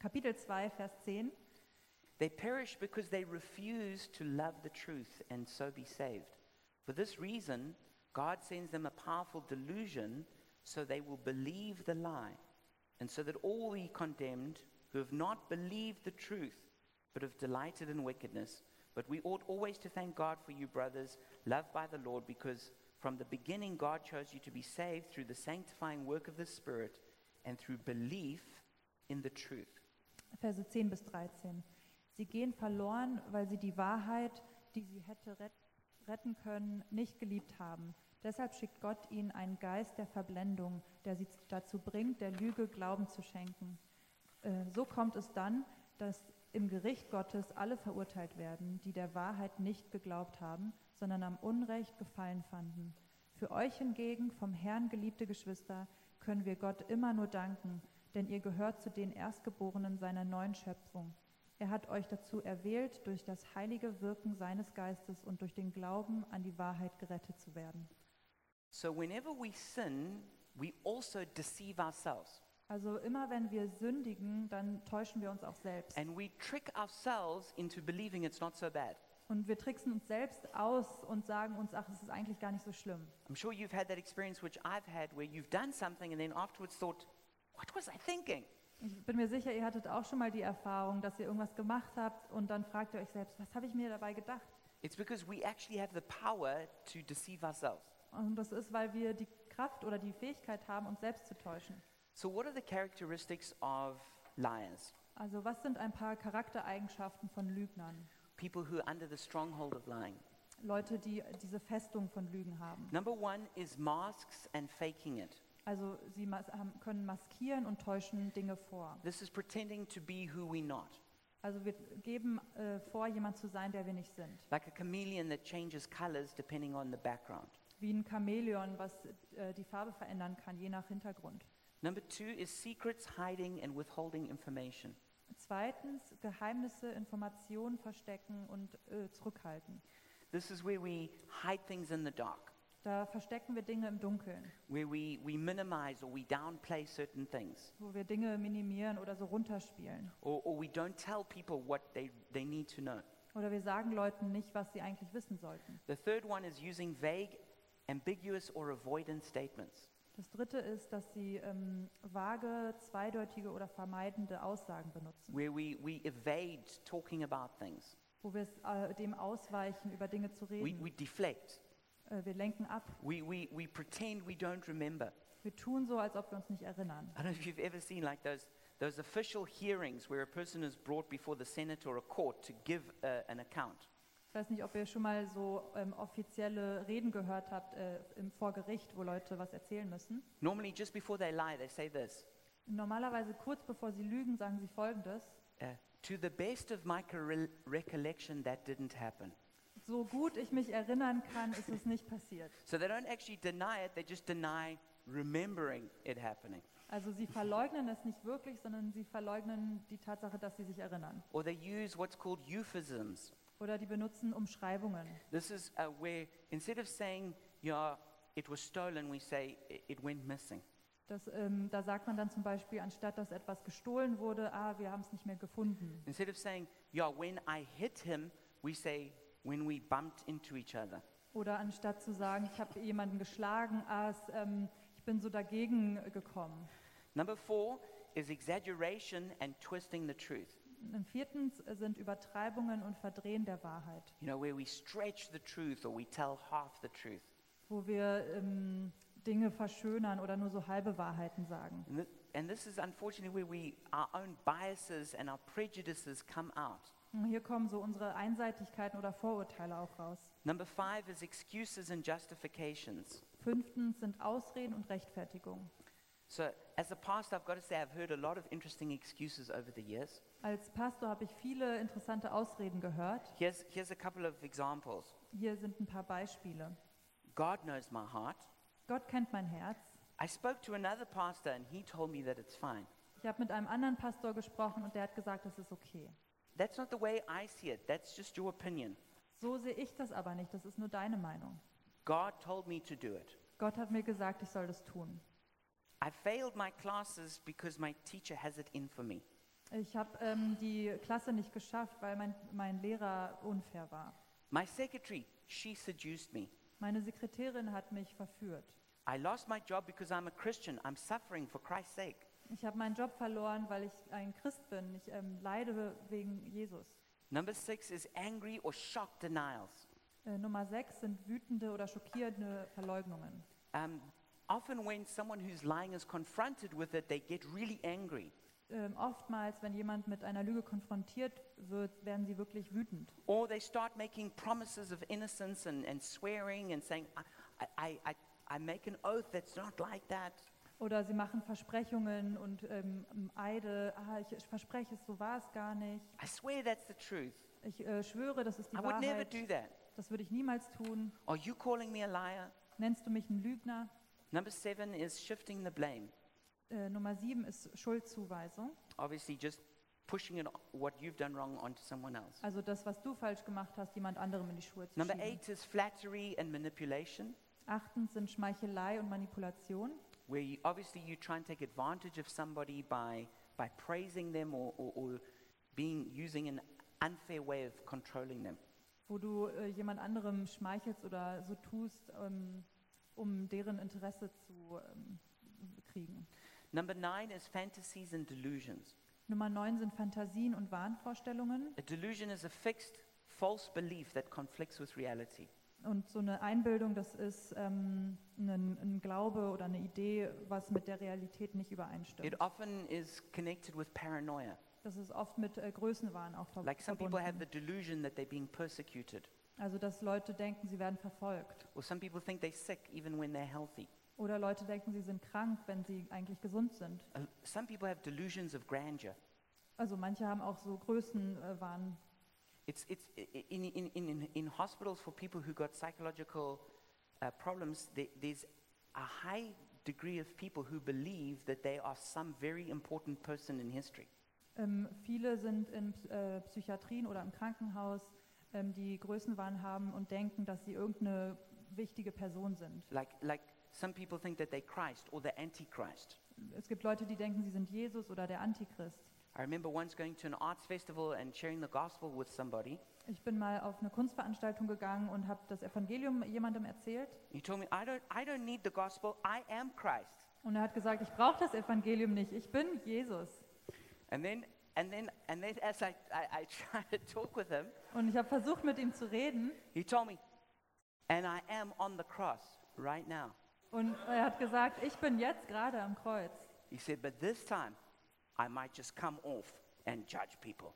Speaker 2: Kapitel 2, Vers 10,
Speaker 1: They perish because they refuse to love the truth and so be saved. For this reason, God sends them a powerful delusion so they will believe the lie, and so that all the condemned who have not believed the truth but have delighted in wickedness. But we ought always to thank God for you, brothers, loved by the Lord, because from the beginning God chose you to be saved through the sanctifying work of the Spirit and through belief in the truth.
Speaker 2: Verse 10 bis 13. Sie gehen verloren, weil sie die Wahrheit, die sie hätte ret- retten können, nicht geliebt haben. Deshalb schickt Gott ihnen einen Geist der Verblendung, der sie dazu bringt, der Lüge Glauben zu schenken. Äh, So kommt es dann, dass im Gericht Gottes alle verurteilt werden, die der Wahrheit nicht geglaubt haben, sondern am Unrecht gefallen fanden. Für euch hingegen, vom Herrn geliebte Geschwister, können wir Gott immer nur danken, denn ihr gehört zu den Erstgeborenen seiner neuen Schöpfung. Er hat euch dazu erwählt, durch das heilige Wirken seines Geistes und durch den Glauben an die Wahrheit gerettet zu werden.
Speaker 1: So, whenever we sin, we also deceive ourselves.
Speaker 2: Also immer wenn wir sündigen, dann täuschen wir uns auch selbst.
Speaker 1: And we trick ourselves into believing it's not so bad.
Speaker 2: Und wir tricksen uns selbst aus und sagen uns, ach, es ist eigentlich gar nicht so schlimm.
Speaker 1: I'm sure you've had that experience, which I've had, where you've done something and then afterwards thought, what was I thinking?
Speaker 2: Ich bin mir sicher, ihr hattet auch schon mal die Erfahrung, dass ihr irgendwas gemacht habt und dann fragt ihr euch selbst, was habe ich mir dabei gedacht?
Speaker 1: It's because we actually have the power to deceive ourselves.
Speaker 2: Und das ist, weil wir die Kraft oder die Fähigkeit haben, uns selbst zu täuschen.
Speaker 1: So, what are the characteristics of liars?
Speaker 2: Also was sind ein paar Charaktereigenschaften von Lügnern?
Speaker 1: People who are under the stronghold of lying.
Speaker 2: Leute, die diese Festung von Lügen haben.
Speaker 1: Number one is masks and faking it.
Speaker 2: Also sie mas haben, können maskieren und täuschen Dinge vor.
Speaker 1: This is pretending to be who we're not,
Speaker 2: Also wir geben äh, vor, jemand zu sein, der wir nicht sind.
Speaker 1: like a chameleon that changes colors depending on the background.
Speaker 2: Wie ein Chamäleon, was äh, die Farbe verändern kann, je nach Hintergrund.
Speaker 1: Number two is secrets, hiding, and withholding information.
Speaker 2: Zweitens, Geheimnisse, Informationen verstecken und äh, zurückhalten.
Speaker 1: This is where we hide things in the dark,
Speaker 2: Da verstecken wir Dinge im Dunkeln,
Speaker 1: where we, we minimize or we downplay certain things,
Speaker 2: wo wir Dinge minimieren oder so runterspielen.
Speaker 1: or, or we don't tell people what they, they need to know.
Speaker 2: Oder wir sagen Leuten nicht, was sie eigentlich wissen sollten.
Speaker 1: The third one is using vague, ambiguous, or avoidant statements.
Speaker 2: Das dritte ist, dass sie ähm, vage, zweideutige oder vermeidende Aussagen benutzen,
Speaker 1: Where we, we evade talking about things.
Speaker 2: wo wir es, äh, dem ausweichen, über Dinge zu
Speaker 1: We,
Speaker 2: reden.
Speaker 1: we deflect.
Speaker 2: äh, wir lenken ab.
Speaker 1: We, we, we pretend we don't remember.
Speaker 2: Wir tun so, als ob wir uns nicht erinnern.
Speaker 1: I don't know if you've ever seen like those, those official hearings where a person is brought before the Senate or a court to give uh, an account.
Speaker 2: Ich weiß nicht, ob ihr schon mal so ähm, offizielle Reden gehört habt äh, im Vorgericht, wo Leute was erzählen müssen.
Speaker 1: Normally, just before they lie, they say this
Speaker 2: Normalerweise kurz bevor sie lügen, sagen sie Folgendes.
Speaker 1: uh, To the best of my corre- recollection, that didn't happen.
Speaker 2: So gut ich mich erinnern kann, ist es nicht passiert.
Speaker 1: So they don't actually deny it, they just deny remembering it happening.
Speaker 2: Also sie verleugnen es nicht wirklich, sondern sie verleugnen die Tatsache, dass sie sich erinnern.
Speaker 1: Or they use what's called euphemisms.
Speaker 2: Oder die benutzen Umschreibungen.
Speaker 1: This is uh, where instead of saying, yeah, it was stolen, we say "I- it went missing.
Speaker 2: Das, ähm, da sagt man dann zum Beispiel, anstatt dass etwas gestohlen wurde, ah, wir haben es nicht mehr gefunden.
Speaker 1: Instead of saying, yeah, when I hit him, we say when we bumped into each other.
Speaker 2: Oder anstatt zu sagen, ich habe jemanden geschlagen, ah, es, ähm, ich bin so dagegen gekommen.
Speaker 1: Number four is exaggeration and twisting the truth.
Speaker 2: Und viertens sind Übertreibungen und Verdrehen der Wahrheit,
Speaker 1: You know, where we stretch the truth or we tell half the truth.
Speaker 2: wo wir ähm, Dinge verschönern oder nur so halbe Wahrheiten sagen.
Speaker 1: And, thi- and this is unfortunately where we, our own biases and our prejudices come out.
Speaker 2: Und hier kommen so unsere Einseitigkeiten oder Vorurteile auch raus.
Speaker 1: Number five is excuses and justifications.
Speaker 2: Fünftens sind Ausreden und Rechtfertigung.
Speaker 1: So, as a pastor, I've got to say I've heard a lot of interesting excuses over the years.
Speaker 2: Als Pastor habe ich viele interessante Ausreden gehört.
Speaker 1: Here's, here's a couple of examples.
Speaker 2: Hier sind ein paar Beispiele.
Speaker 1: God knows my heart.
Speaker 2: Gott kennt mein Herz.
Speaker 1: I spoke to another pastor and he told me that it's fine.
Speaker 2: Ich habe mit einem anderen Pastor gesprochen und der hat gesagt, das ist okay.
Speaker 1: That's not the way I see it. That's just your opinion.
Speaker 2: So sehe ich das aber nicht, das ist nur deine Meinung.
Speaker 1: God told me to do it.
Speaker 2: Gott hat mir gesagt, ich soll das tun.
Speaker 1: I failed my classes because my teacher has it in for me.
Speaker 2: Ich habe ähm, die Klasse nicht geschafft, weil mein, mein Lehrer unfair war.
Speaker 1: My secretary, she seduced me.
Speaker 2: Meine Sekretärin hat mich verführt.
Speaker 1: I lost my job because I'm a Christian. I'm suffering for Christ's sake.
Speaker 2: Ich habe meinen Job verloren, weil ich ein Christ bin. Ich ähm, leide wegen Jesus.
Speaker 1: Number six is angry or shocked denials.
Speaker 2: Äh, Nummer sechs sind wütende oder schockierende Verleugnungen.
Speaker 1: Um, often, when someone who's lying is confronted with it, they get really angry.
Speaker 2: Ähm, oftmals, wenn jemand mit einer Lüge konfrontiert wird, werden sie wirklich wütend.
Speaker 1: Or they start making promises of innocence and, and swearing and saying, I, I, I, I make an oath that's not like that.
Speaker 2: Oder sie machen Versprechungen und ähm, Eide. Ah, ich verspreche es, so war es gar nicht.
Speaker 1: I swear that's the truth.
Speaker 2: Ich äh, schwöre, das ist die
Speaker 1: I would never
Speaker 2: Wahrheit.
Speaker 1: do that.
Speaker 2: Das würde ich niemals tun.
Speaker 1: Are you calling me a liar?
Speaker 2: Nennst du mich einen Lügner?
Speaker 1: Number seven is shifting the blame.
Speaker 2: Äh, Nummer sieben ist Schuldzuweisung.
Speaker 1: Obviously, just pushing it, what you've done wrong onto someone else.
Speaker 2: Also das, was du falsch gemacht hast, jemand anderem in die Schuhe zu
Speaker 1: Number
Speaker 2: schieben.
Speaker 1: eight is flattery and manipulation,
Speaker 2: Achtens sind Schmeichelei und Manipulation.
Speaker 1: where you, obviously you try and take advantage of somebody by, by praising them or, or, or being using an unfair way of controlling them.
Speaker 2: wo du äh, jemand anderem schmeichelst oder so tust, ähm, um deren Interesse zu ähm, kriegen.
Speaker 1: Number nine is fantasies and delusions.
Speaker 2: Nummer neun sind Fantasien und Wahnvorstellungen
Speaker 1: A delusion is a fixed, false belief that conflicts with reality.
Speaker 2: und so eine Einbildung, das ist ähm, ein, ein Glaube oder eine Idee, was mit der Realität nicht
Speaker 1: It
Speaker 2: übereinstimmt.
Speaker 1: often is connected with paranoia.
Speaker 2: Das ist oft mit äh, Größenwahn auch ver
Speaker 1: Like some people have the
Speaker 2: verbunden.
Speaker 1: delusion that they're being persecuted,
Speaker 2: Also dass Leute denken, sie werden verfolgt
Speaker 1: or some people think they're sick even when they're healthy.
Speaker 2: oder Leute denken, sie sind krank, wenn sie eigentlich gesund sind.
Speaker 1: Uh, Some people have delusions of grandeur.
Speaker 2: Also manche haben auch so Größenwahn.
Speaker 1: It's, it's i- i- in, in, in, in, in hospitals for people who got psychological uh, problems, there, there's a high degree of people who believe that they are some very important person in history.
Speaker 2: Ähm, viele sind in Ps- äh, Psychiatrien oder im Krankenhaus, ähm, die Größenwahn haben und denken, dass sie irgendeine wichtige Person sind.
Speaker 1: Like, like some people think that they're Christ or the Antichrist.
Speaker 2: Es gibt Leute, die denken, sie sind Jesus oder der Antichrist.
Speaker 1: I remember once going to an arts festival and sharing the gospel with somebody.
Speaker 2: Ich bin mal auf eine Kunstveranstaltung gegangen und habe das Evangelium jemandem erzählt.
Speaker 1: He told me, I don't, I don't need the gospel, I am Christ.
Speaker 2: Und er hat gesagt, ich brauche das Evangelium nicht, ich bin Jesus.
Speaker 1: And then, and then, and then as I, I, I tried to talk with him,
Speaker 2: Und ich habe versucht, mit ihm zu reden.
Speaker 1: he told me, and I am on the cross right now.
Speaker 2: Und er hat gesagt, ich bin jetzt gerade am Kreuz.
Speaker 1: He said, but this time I might just come off and judge people.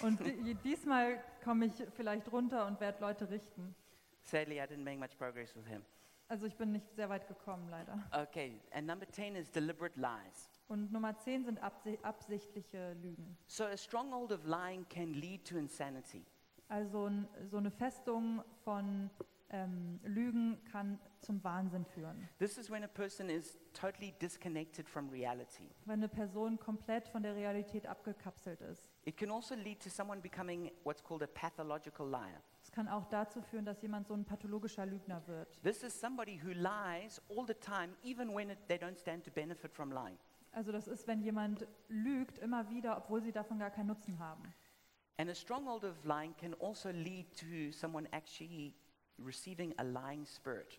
Speaker 2: Und di- diesmal komme ich vielleicht runter und werde Leute richten.
Speaker 1: Sadly, I didn't make much progress with him.
Speaker 2: Also ich bin nicht sehr weit gekommen, leider.
Speaker 1: Okay, and number 10 is deliberate lies.
Speaker 2: Und Nummer 10 sind absi absichtliche Lügen.
Speaker 1: So a stronghold of lying can lead to insanity.
Speaker 2: Also n- so eine Festung von ähm, Lügen kann zum Wahnsinn führen.
Speaker 1: This is when a person is totally disconnected from reality.
Speaker 2: Wenn eine Person komplett von der Realität abgekapselt ist.
Speaker 1: It can also lead to someone becoming what's called a pathological liar.
Speaker 2: Es kann auch dazu führen, dass jemand so ein pathologischer Lügner wird.
Speaker 1: This is somebody who lies all the time, even when it, they don't stand to benefit from lying.
Speaker 2: Also das ist, wenn jemand lügt immer wieder, obwohl sie davon gar keinen Nutzen haben.
Speaker 1: And a stronghold of lying can also lead to someone actually receiving a lying spirit.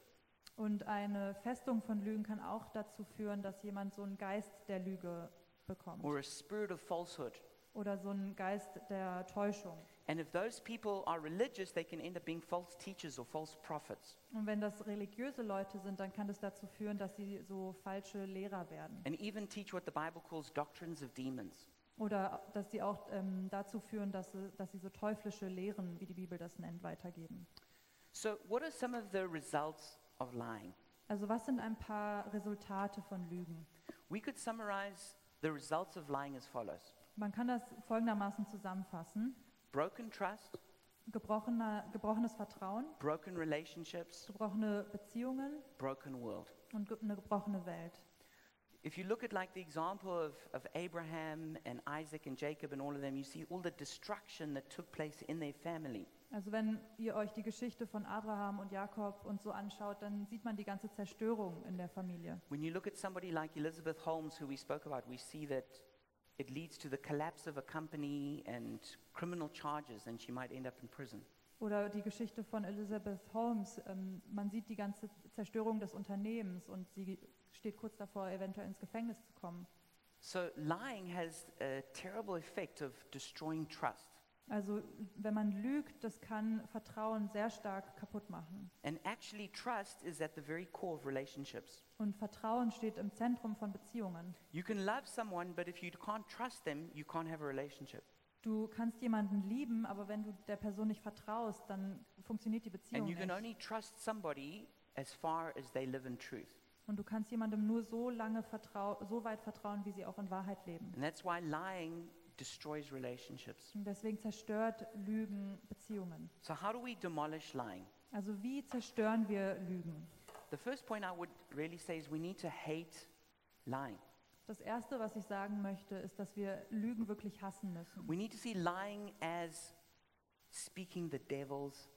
Speaker 2: Und eine Festung von Lügen kann auch dazu führen, dass jemand so einen Geist der Lüge bekommt
Speaker 1: or a spirit of falsehood.
Speaker 2: oder so einen Geist der Täuschung.
Speaker 1: And if those people are religious, they can end up being false teachers or false prophets.
Speaker 2: Und wenn das religiöse Leute sind, dann kann das dazu führen, dass sie so falsche Lehrer werden.
Speaker 1: And even teach what the Bible calls doctrines of demons.
Speaker 2: Oder dass sie auch ähm, dazu führen, dass sie, dass sie so teuflische Lehren, wie die Bibel das nennt, weitergeben.
Speaker 1: So, what are some of the results of lying?
Speaker 2: Also was sind ein paar Resultate von Lügen?
Speaker 1: We could summarize the results of lying as follows
Speaker 2: Man kann das folgendermaßen zusammenfassen.
Speaker 1: broken trust,
Speaker 2: gebrochener, gebrochenes Vertrauen,
Speaker 1: broken relationships,
Speaker 2: gebrochene Beziehungen
Speaker 1: broken world.
Speaker 2: und ge- eine gebrochene Welt.
Speaker 1: If you look at like the example of, of Abraham and Isaac and Jacob and all of them, you see all the destruction that took place in their family.
Speaker 2: Also wenn ihr euch die Geschichte von Abraham und Jakob und so anschaut, dann sieht man die ganze Zerstörung in der Familie.
Speaker 1: When you look at somebody like Elizabeth Holmes, who we spoke about, we see that it leads to the collapse of a company and criminal charges, and she might end up in prison.
Speaker 2: Oder die Geschichte von Elizabeth Holmes. Ähm, man sieht die ganze Zerstörung des Unternehmens und sie steht kurz davor, eventuell ins Gefängnis zu kommen.
Speaker 1: So lying has a terrible effect of destroying trust.
Speaker 2: Also wenn man lügt, das kann Vertrauen sehr stark kaputt machen.
Speaker 1: And actually, trust is at the very core of relationships.
Speaker 2: Und Vertrauen steht im Zentrum von Beziehungen.
Speaker 1: You can love someone, but if you can't trust them, you can't have a relationship.
Speaker 2: Du kannst jemanden lieben, aber wenn du der Person nicht vertraust, dann funktioniert die Beziehung
Speaker 1: And you can
Speaker 2: nicht.
Speaker 1: only trust somebody as far as they live in truth.
Speaker 2: Und du kannst jemandem nur so lange vertrau so weit vertrauen, wie sie auch in Wahrheit leben.
Speaker 1: And that's why lying destroys relationships.
Speaker 2: Und deswegen zerstört Lügen Beziehungen.
Speaker 1: So, how do we demolish lying?
Speaker 2: Also wie zerstören wir Lügen?
Speaker 1: The first point I would really say is we need to hate lying.
Speaker 2: Das erste, was ich sagen möchte, ist, dass wir Lügen wirklich hassen müssen.
Speaker 1: We need to see lying as speaking the devil's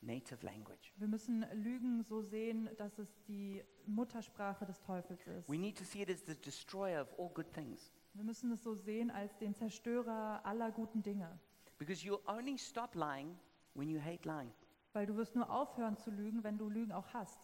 Speaker 1: native language.
Speaker 2: Wir müssen Lügen so sehen, dass es die Muttersprache des Teufels ist.
Speaker 1: We need to see it as the destroyer of all good things.
Speaker 2: Wir müssen es so sehen als den Zerstörer aller guten Dinge.
Speaker 1: Because you'll only stop lying when you hate lying.
Speaker 2: Weil du wirst nur aufhören zu lügen, wenn du Lügen auch hast.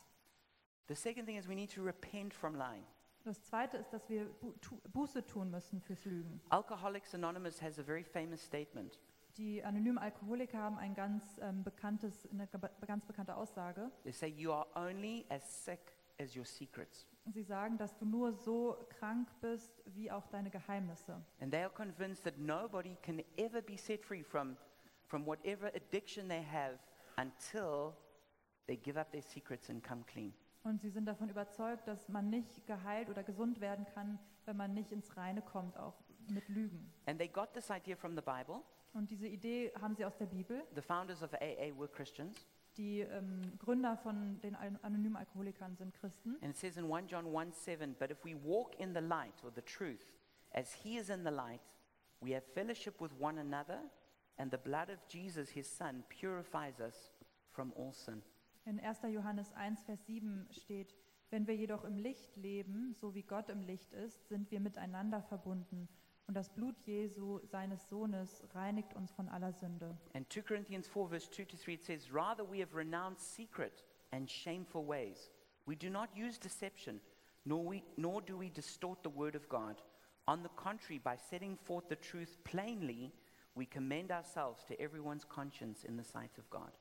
Speaker 1: The second thing is we need to repent from lying.
Speaker 2: Das Zweite ist, dass wir Bu tu Buße tun müssen fürs Lügen.
Speaker 1: Alcoholics Anonymous has a very famous statement.
Speaker 2: Die anonymen Alkoholiker haben ein ganz, ähm, bekanntes, eine ge- ganz bekannte Aussage.
Speaker 1: They say, You are only as sick as your secrets.
Speaker 2: Sie sagen, dass du nur so krank bist, wie auch deine Geheimnisse.
Speaker 1: And they are convinced that nobody can ever be set free from, from whatever addiction they have until they give up their secrets and come clean.
Speaker 2: Und sie sind davon überzeugt, dass man nicht geheilt oder gesund werden kann, wenn man nicht ins Reine kommt, auch mit Lügen.
Speaker 1: And they got this idea from the Bible.
Speaker 2: Und diese Idee haben sie aus der Bibel.
Speaker 1: The founders of AA were Christians.
Speaker 2: Die ähm, Gründer von den An- anonymen Alkoholikern sind Christen.
Speaker 1: And it says in 1 John 1 7, but if we walk in the light or the truth, as he is in the light, we have fellowship with one another, and the blood of Jesus, his son, purifies us from all sin.
Speaker 2: In 1. Johannes 1, Vers 7 steht, wenn wir jedoch im Licht leben, so wie Gott im Licht ist, sind wir miteinander verbunden. Und das Blut Jesu, seines Sohnes, reinigt uns von aller Sünde.
Speaker 1: And 2 Corinthians 4, verse 2 to 3, it says, Rather we have renounced secret and shameful ways. We do not use deception, nor, we, nor do we distort the word of God. On the contrary, by setting forth the truth plainly, we commend ourselves to everyone's conscience in the sight of God.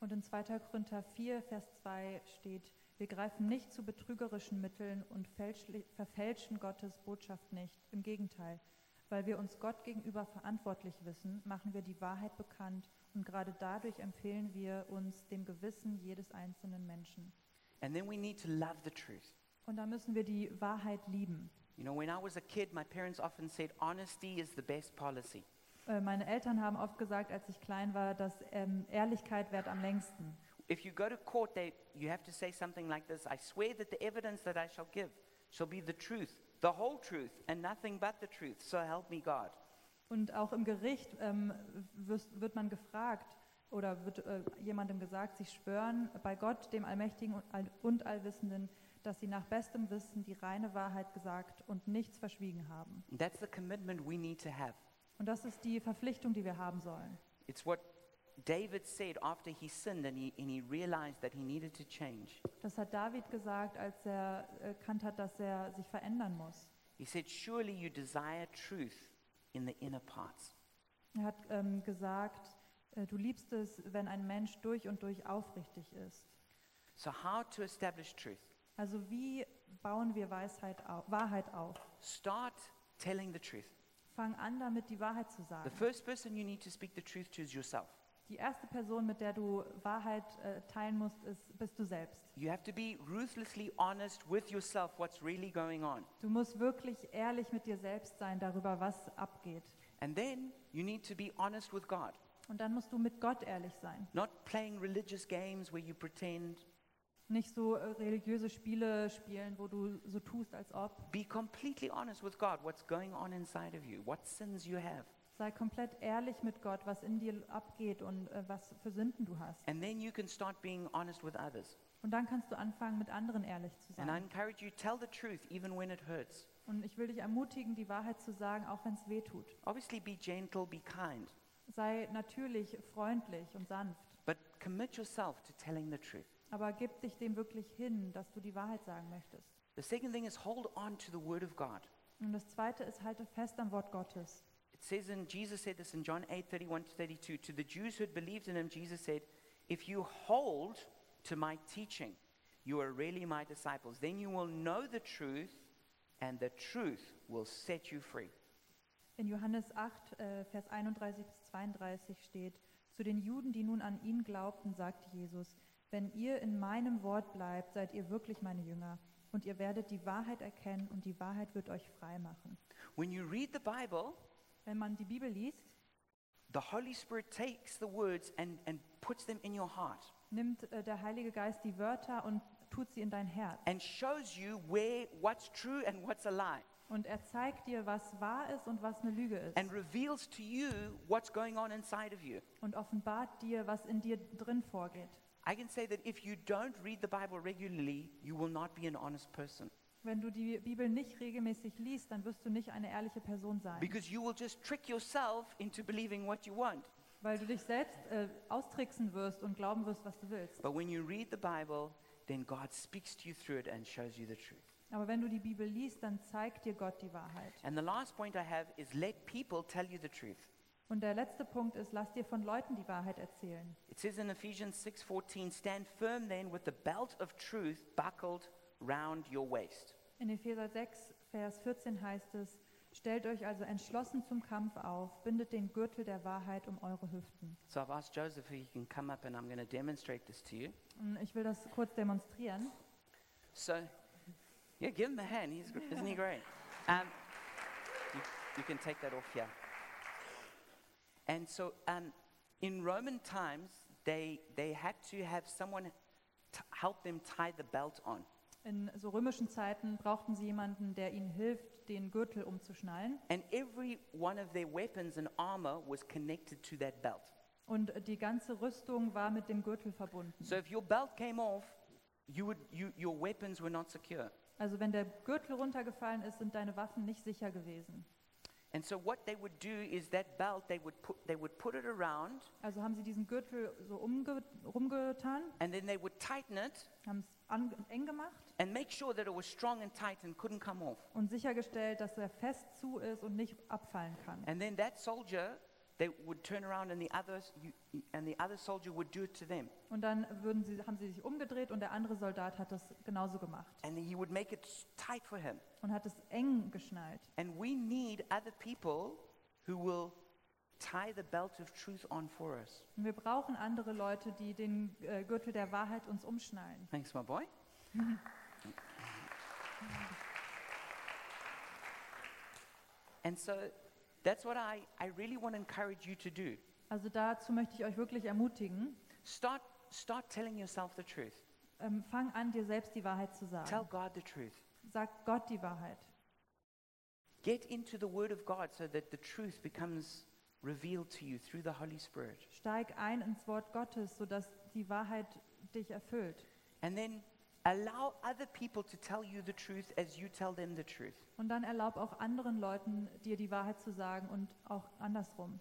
Speaker 2: Und in 2. Korinther 4, Vers 2 steht, wir greifen nicht zu betrügerischen Mitteln und fälschli- verfälschen Gottes Botschaft nicht. Im Gegenteil, weil wir uns Gott gegenüber verantwortlich wissen, machen wir die Wahrheit bekannt und gerade dadurch empfehlen wir uns dem Gewissen jedes einzelnen Menschen.
Speaker 1: And then we need to love the truth.
Speaker 2: Und da müssen wir die Wahrheit lieben.
Speaker 1: You know, when I was a kid, my parents often said, honesty is the best policy.
Speaker 2: Äh, Meine Eltern haben oft gesagt, als ich klein war, dass ähm, Ehrlichkeit währt am längsten.
Speaker 1: If you go to court, they, you have to say something like this I swear that the evidence that I shall give shall be the truth, the whole truth, and nothing but the truth. So help me God.
Speaker 2: Und auch im Gericht ähm, wirst, wird man gefragt oder wird äh, jemandem gesagt, sie schwören bei Gott, dem Allmächtigen und, All und Allwissenden, dass sie nach bestem Wissen die reine Wahrheit gesagt und nichts verschwiegen haben.
Speaker 1: And that's the commitment we need to have.
Speaker 2: Und das ist die Verpflichtung, die wir haben sollen.
Speaker 1: It's what David said after he sinned and he, and he realized that he needed to change.
Speaker 2: Das hat David gesagt, als er äh, erkannt hat, dass er sich verändern muss.
Speaker 1: He said, Surely you desire truth in the inner parts.
Speaker 2: Er hat ähm, gesagt, äh, du liebst es, wenn ein Mensch durch und durch aufrichtig ist.
Speaker 1: So, how to establish truth?
Speaker 2: Also wie bauen wir Weisheit au Wahrheit auf?
Speaker 1: Start telling the truth.
Speaker 2: Fang an damit, die Wahrheit zu sagen.
Speaker 1: The first person you need to speak the truth to is yourself.
Speaker 2: Die erste Person, mit der du Wahrheit äh, teilen musst, ist, bist du selbst.
Speaker 1: You have to be ruthlessly honest with yourself what's really going on.
Speaker 2: Du musst wirklich ehrlich mit dir selbst sein darüber, was abgeht.
Speaker 1: And then you need to be honest with God.
Speaker 2: Und dann musst du mit Gott ehrlich sein.
Speaker 1: Not playing religious games where you pretend.
Speaker 2: Nicht so äh, religiöse Spiele spielen, wo du so tust, als ob.
Speaker 1: Be completely honest with God what's going on inside of you, what sins you have.
Speaker 2: Sei komplett ehrlich mit Gott, was in dir abgeht und äh, was für Sünden du hast.
Speaker 1: And then you can start being honest with others.
Speaker 2: Und dann kannst du anfangen, mit anderen ehrlich zu
Speaker 1: And I
Speaker 2: sein.
Speaker 1: encourage you, tell the truth even when it hurts.
Speaker 2: Und ich will dich ermutigen, die Wahrheit zu sagen, auch wenn es weh tut.
Speaker 1: Obviously, be gentle, be kind,
Speaker 2: Sei natürlich freundlich und sanft,
Speaker 1: but commit yourself to telling the truth.
Speaker 2: aber gib dich dem wirklich hin, dass du die Wahrheit sagen möchtest.
Speaker 1: The second thing is hold on to the word of God.
Speaker 2: Und das Zweite ist, halte fest am Wort Gottes.
Speaker 1: It says in Jesus said this in John 8, 31 to 32, to the Jews who had believed in him, Jesus said, If you hold to my teaching, you are really my disciples. Then you will know the truth, and the truth will set you free.
Speaker 2: In Johannes 8, äh, Vers 31 bis 32 steht, zu den Juden, die nun an ihn glaubten, sagte Jesus, wenn ihr in meinem Wort bleibt, seid ihr wirklich meine Jünger und ihr werdet die Wahrheit erkennen und die Wahrheit wird euch frei machen.
Speaker 1: When you read the Bible,
Speaker 2: Wenn man die Bibel liest,
Speaker 1: the Holy Spirit takes the words and, and puts them in your heart
Speaker 2: nimmt äh, der Heilige Geist die Wörter und tut sie in dein Herz.
Speaker 1: and shows you where what's true and what's a lie
Speaker 2: Und er zeigt dir, was wahr ist und was eine Lüge ist.
Speaker 1: and reveals to you what's going on inside of you.
Speaker 2: Und offenbart dir, was in dir drin vorgeht.
Speaker 1: I can say that if you don't read the Bible regularly, you will not be an honest person
Speaker 2: Wenn du die Bibel nicht regelmäßig liest, dann wirst du nicht eine ehrliche Person sein,
Speaker 1: because you will just trick yourself into believing what you want.
Speaker 2: weil du dich selbst äh, austricksen wirst und glauben wirst, was du willst.
Speaker 1: But when you read the Bible, then God speaks to you through it and shows you the truth.
Speaker 2: Aber wenn du die Bibel liest, dann zeigt dir Gott die Wahrheit.
Speaker 1: And the last point I have is let people tell you the truth.
Speaker 2: Und der letzte Punkt ist, lass dir von Leuten die Wahrheit erzählen.
Speaker 1: It says in Ephesians 6:14, "Stand firm then with the belt of truth buckled round your waist."
Speaker 2: In Epheser 6, Vers 14 heißt es, stellt euch also entschlossen zum Kampf auf, bindet den Gürtel der Wahrheit um eure Hüften.
Speaker 1: So I've asked Joseph if he can come up and I'm going to demonstrate this to you.
Speaker 2: Und Ich will das kurz demonstrieren.
Speaker 1: So, yeah, give him a hand. He's, gr- isn't he great? Um, you, you can take that off here. And so, um, in Roman times, they, they had to have someone t- help them tie the belt on.
Speaker 2: In so römischen Zeiten brauchten sie jemanden, der ihnen hilft, den Gürtel umzuschnallen.
Speaker 1: And every one of their weapons and armor was connected to that belt.
Speaker 2: Und die ganze Rüstung war mit dem Gürtel verbunden.
Speaker 1: So, if your belt came off, you would, you, your weapons were not secure.
Speaker 2: Also wenn der Gürtel runtergefallen ist, sind deine Waffen nicht sicher gewesen.
Speaker 1: And so, what they would do is that belt, they would put, they would put it around
Speaker 2: Also haben sie diesen Gürtel so umge rumgetan,
Speaker 1: and then they would tighten it
Speaker 2: haben es an- eng gemacht
Speaker 1: and make sure that it was strong and tight and couldn't come off.
Speaker 2: und sichergestellt, dass er fest zu ist und nicht abfallen kann.
Speaker 1: And then that soldier, they would turn around and the other, and the other soldier would do it to them.
Speaker 2: Und dann würden sie, haben sie sich umgedreht und der andere Soldat hat das genauso gemacht
Speaker 1: And he would make it s- tight for him.
Speaker 2: und hat es eng geschnallt.
Speaker 1: And we need other people who will tie the belt of truth on for us.
Speaker 2: Und wir brauchen andere Leute, die den äh, Gürtel der Wahrheit uns umschnallen.
Speaker 1: Thanks, my boy. [laughs] and so that's what I, I really want to encourage you to do.
Speaker 2: Also dazu möchte ich euch wirklich ermutigen.
Speaker 1: Start, start telling yourself the truth.
Speaker 2: Ähm, fang an, dir selbst die Wahrheit zu sagen.
Speaker 1: Tell God the truth.
Speaker 2: Sag Gott die Wahrheit.
Speaker 1: Get into the Word of God so that the truth becomes revealed to you through the Holy Spirit.
Speaker 2: Steig ein ins Wort Gottes, sodass die Wahrheit dich erfüllt.
Speaker 1: And then allow other people to tell you the truth as you tell them the truth.
Speaker 2: Und dann erlaub auch anderen Leuten, dir die Wahrheit zu sagen und auch andersrum.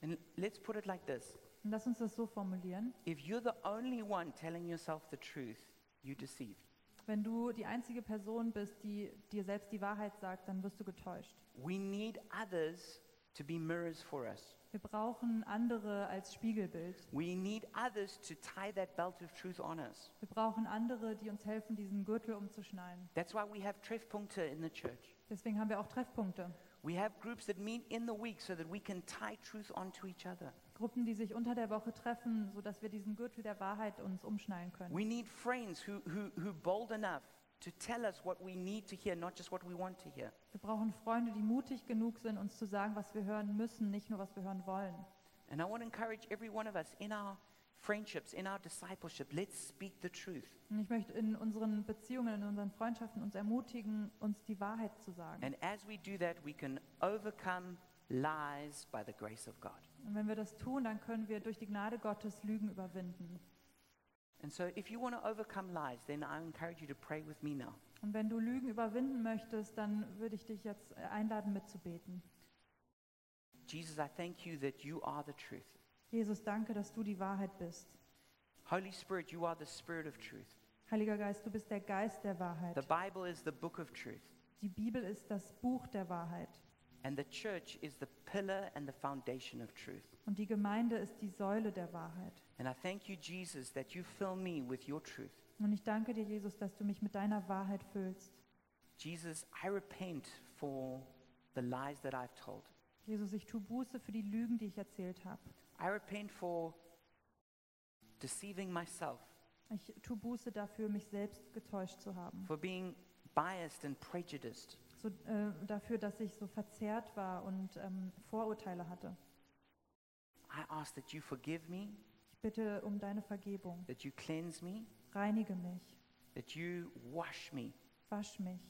Speaker 1: And let's put it like this
Speaker 2: Und lass uns das so formulieren.
Speaker 1: if you're the only one telling yourself the truth, you're deceived.
Speaker 2: Wenn du die einzige Person bist, die dir selbst die Wahrheit sagt, dann wirst du getäuscht.
Speaker 1: We need others to be mirrors for us.
Speaker 2: Wir brauchen andere als Spiegelbild.
Speaker 1: We need others to tie that belt of truth on us.
Speaker 2: Wir brauchen andere, die uns helfen, diesen Gürtel umzuschnallen.
Speaker 1: That's why we have Treffpunkte in the church.
Speaker 2: Deswegen haben wir auch Treffpunkte.
Speaker 1: We have groups that meet in the week so that we can tie truth onto each other.
Speaker 2: Gruppen, die sich unter der Woche treffen, sodass wir diesen Gürtel der Wahrheit uns umschnallen können.
Speaker 1: We need friends who, who, who bold enough to tell us what we need to hear, not just what we want to hear.
Speaker 2: Wir brauchen Freunde, die mutig genug sind, uns zu sagen, was wir hören müssen, nicht nur was wir hören wollen.
Speaker 1: And I want to encourage every one of us in our friendships, in our discipleship, let's speak the truth.
Speaker 2: Und ich möchte in unseren Beziehungen, in unseren Freundschaften uns ermutigen, uns die Wahrheit zu sagen.
Speaker 1: And as we do that, we can overcome lies by the grace of God.
Speaker 2: Und wenn wir das tun, dann können wir durch die Gnade Gottes Lügen überwinden.
Speaker 1: And so, if you want to overcome lies, then I encourage you to pray with me now.
Speaker 2: Und wenn du Lügen überwinden möchtest, dann würde ich dich jetzt äh, einladen, mitzubeten.
Speaker 1: Jesus, I thank you that you are the truth.
Speaker 2: Jesus, danke, dass du die Wahrheit bist.
Speaker 1: Holy Spirit, you are the Spirit of truth.
Speaker 2: Heiliger Geist, du bist der Geist der Wahrheit.
Speaker 1: The Bible is the book of truth,
Speaker 2: Die Bibel ist das Buch der Wahrheit.
Speaker 1: and the church is the pillar and the foundation of truth.
Speaker 2: Und die Gemeinde ist die Säule der Wahrheit.
Speaker 1: And I thank you, Jesus, that you fill me with your truth.
Speaker 2: Und ich danke dir, Jesus, dass du mich mit deiner Wahrheit füllst.
Speaker 1: Jesus, I repent for the lies that I've told.
Speaker 2: Jesus, ich tue Buße für die Lügen, die ich erzählt habe.
Speaker 1: I repent for deceiving myself,
Speaker 2: Ich tue Buße dafür, mich selbst getäuscht zu haben.
Speaker 1: for being biased and prejudiced.
Speaker 2: So, äh, dafür, dass ich so verzerrt war und ähm, Vorurteile hatte.
Speaker 1: I ask that you forgive me,
Speaker 2: Ich bitte um deine Vergebung.
Speaker 1: that you cleanse me,
Speaker 2: Reinige mich,
Speaker 1: that you wash me,
Speaker 2: wasch mich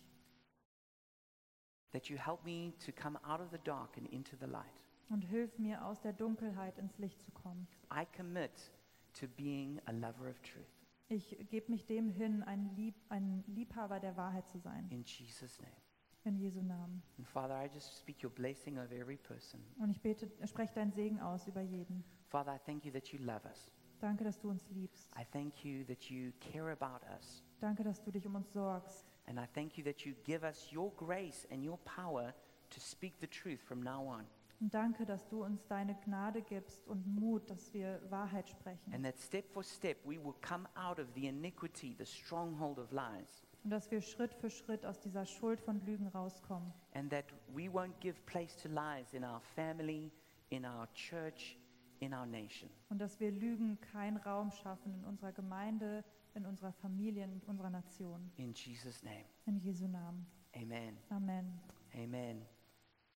Speaker 1: that you help me to come out of the dark and into the light.
Speaker 2: und hilf mir, aus der Dunkelheit ins Licht zu kommen.
Speaker 1: I commit to being a lover of truth.
Speaker 2: Ich gebe mich dem hin, ein, Lieb, ein Liebhaber der Wahrheit zu sein.
Speaker 1: In Jesus' name.
Speaker 2: In Jesu Namen.
Speaker 1: And Father, I just speak your blessing over every person.
Speaker 2: Und ich bete, spreche deinen Segen aus über jeden.
Speaker 1: Father, I thank you that you love us.
Speaker 2: Danke, dass du uns liebst.
Speaker 1: I thank you that you care about us.
Speaker 2: Danke, dass du dich um uns sorgst.
Speaker 1: And I thank you that you give us your grace and your power to speak the truth from now on.
Speaker 2: Und danke, dass du uns deine Gnade gibst und Mut, dass wir Wahrheit sprechen.
Speaker 1: And that step for step, we will come out of the iniquity, the stronghold of lies.
Speaker 2: Und dass wir Schritt für Schritt aus dieser Schuld von Lügen rauskommen.
Speaker 1: And that we won't give place to lies in our family, in our church, in our nation.
Speaker 2: Und dass wir Lügen keinen Raum schaffen in unserer Gemeinde, in unserer Familie, in unserer Nation.
Speaker 1: In Jesus' name,
Speaker 2: In Jesu Namen.
Speaker 1: amen.
Speaker 2: Amen.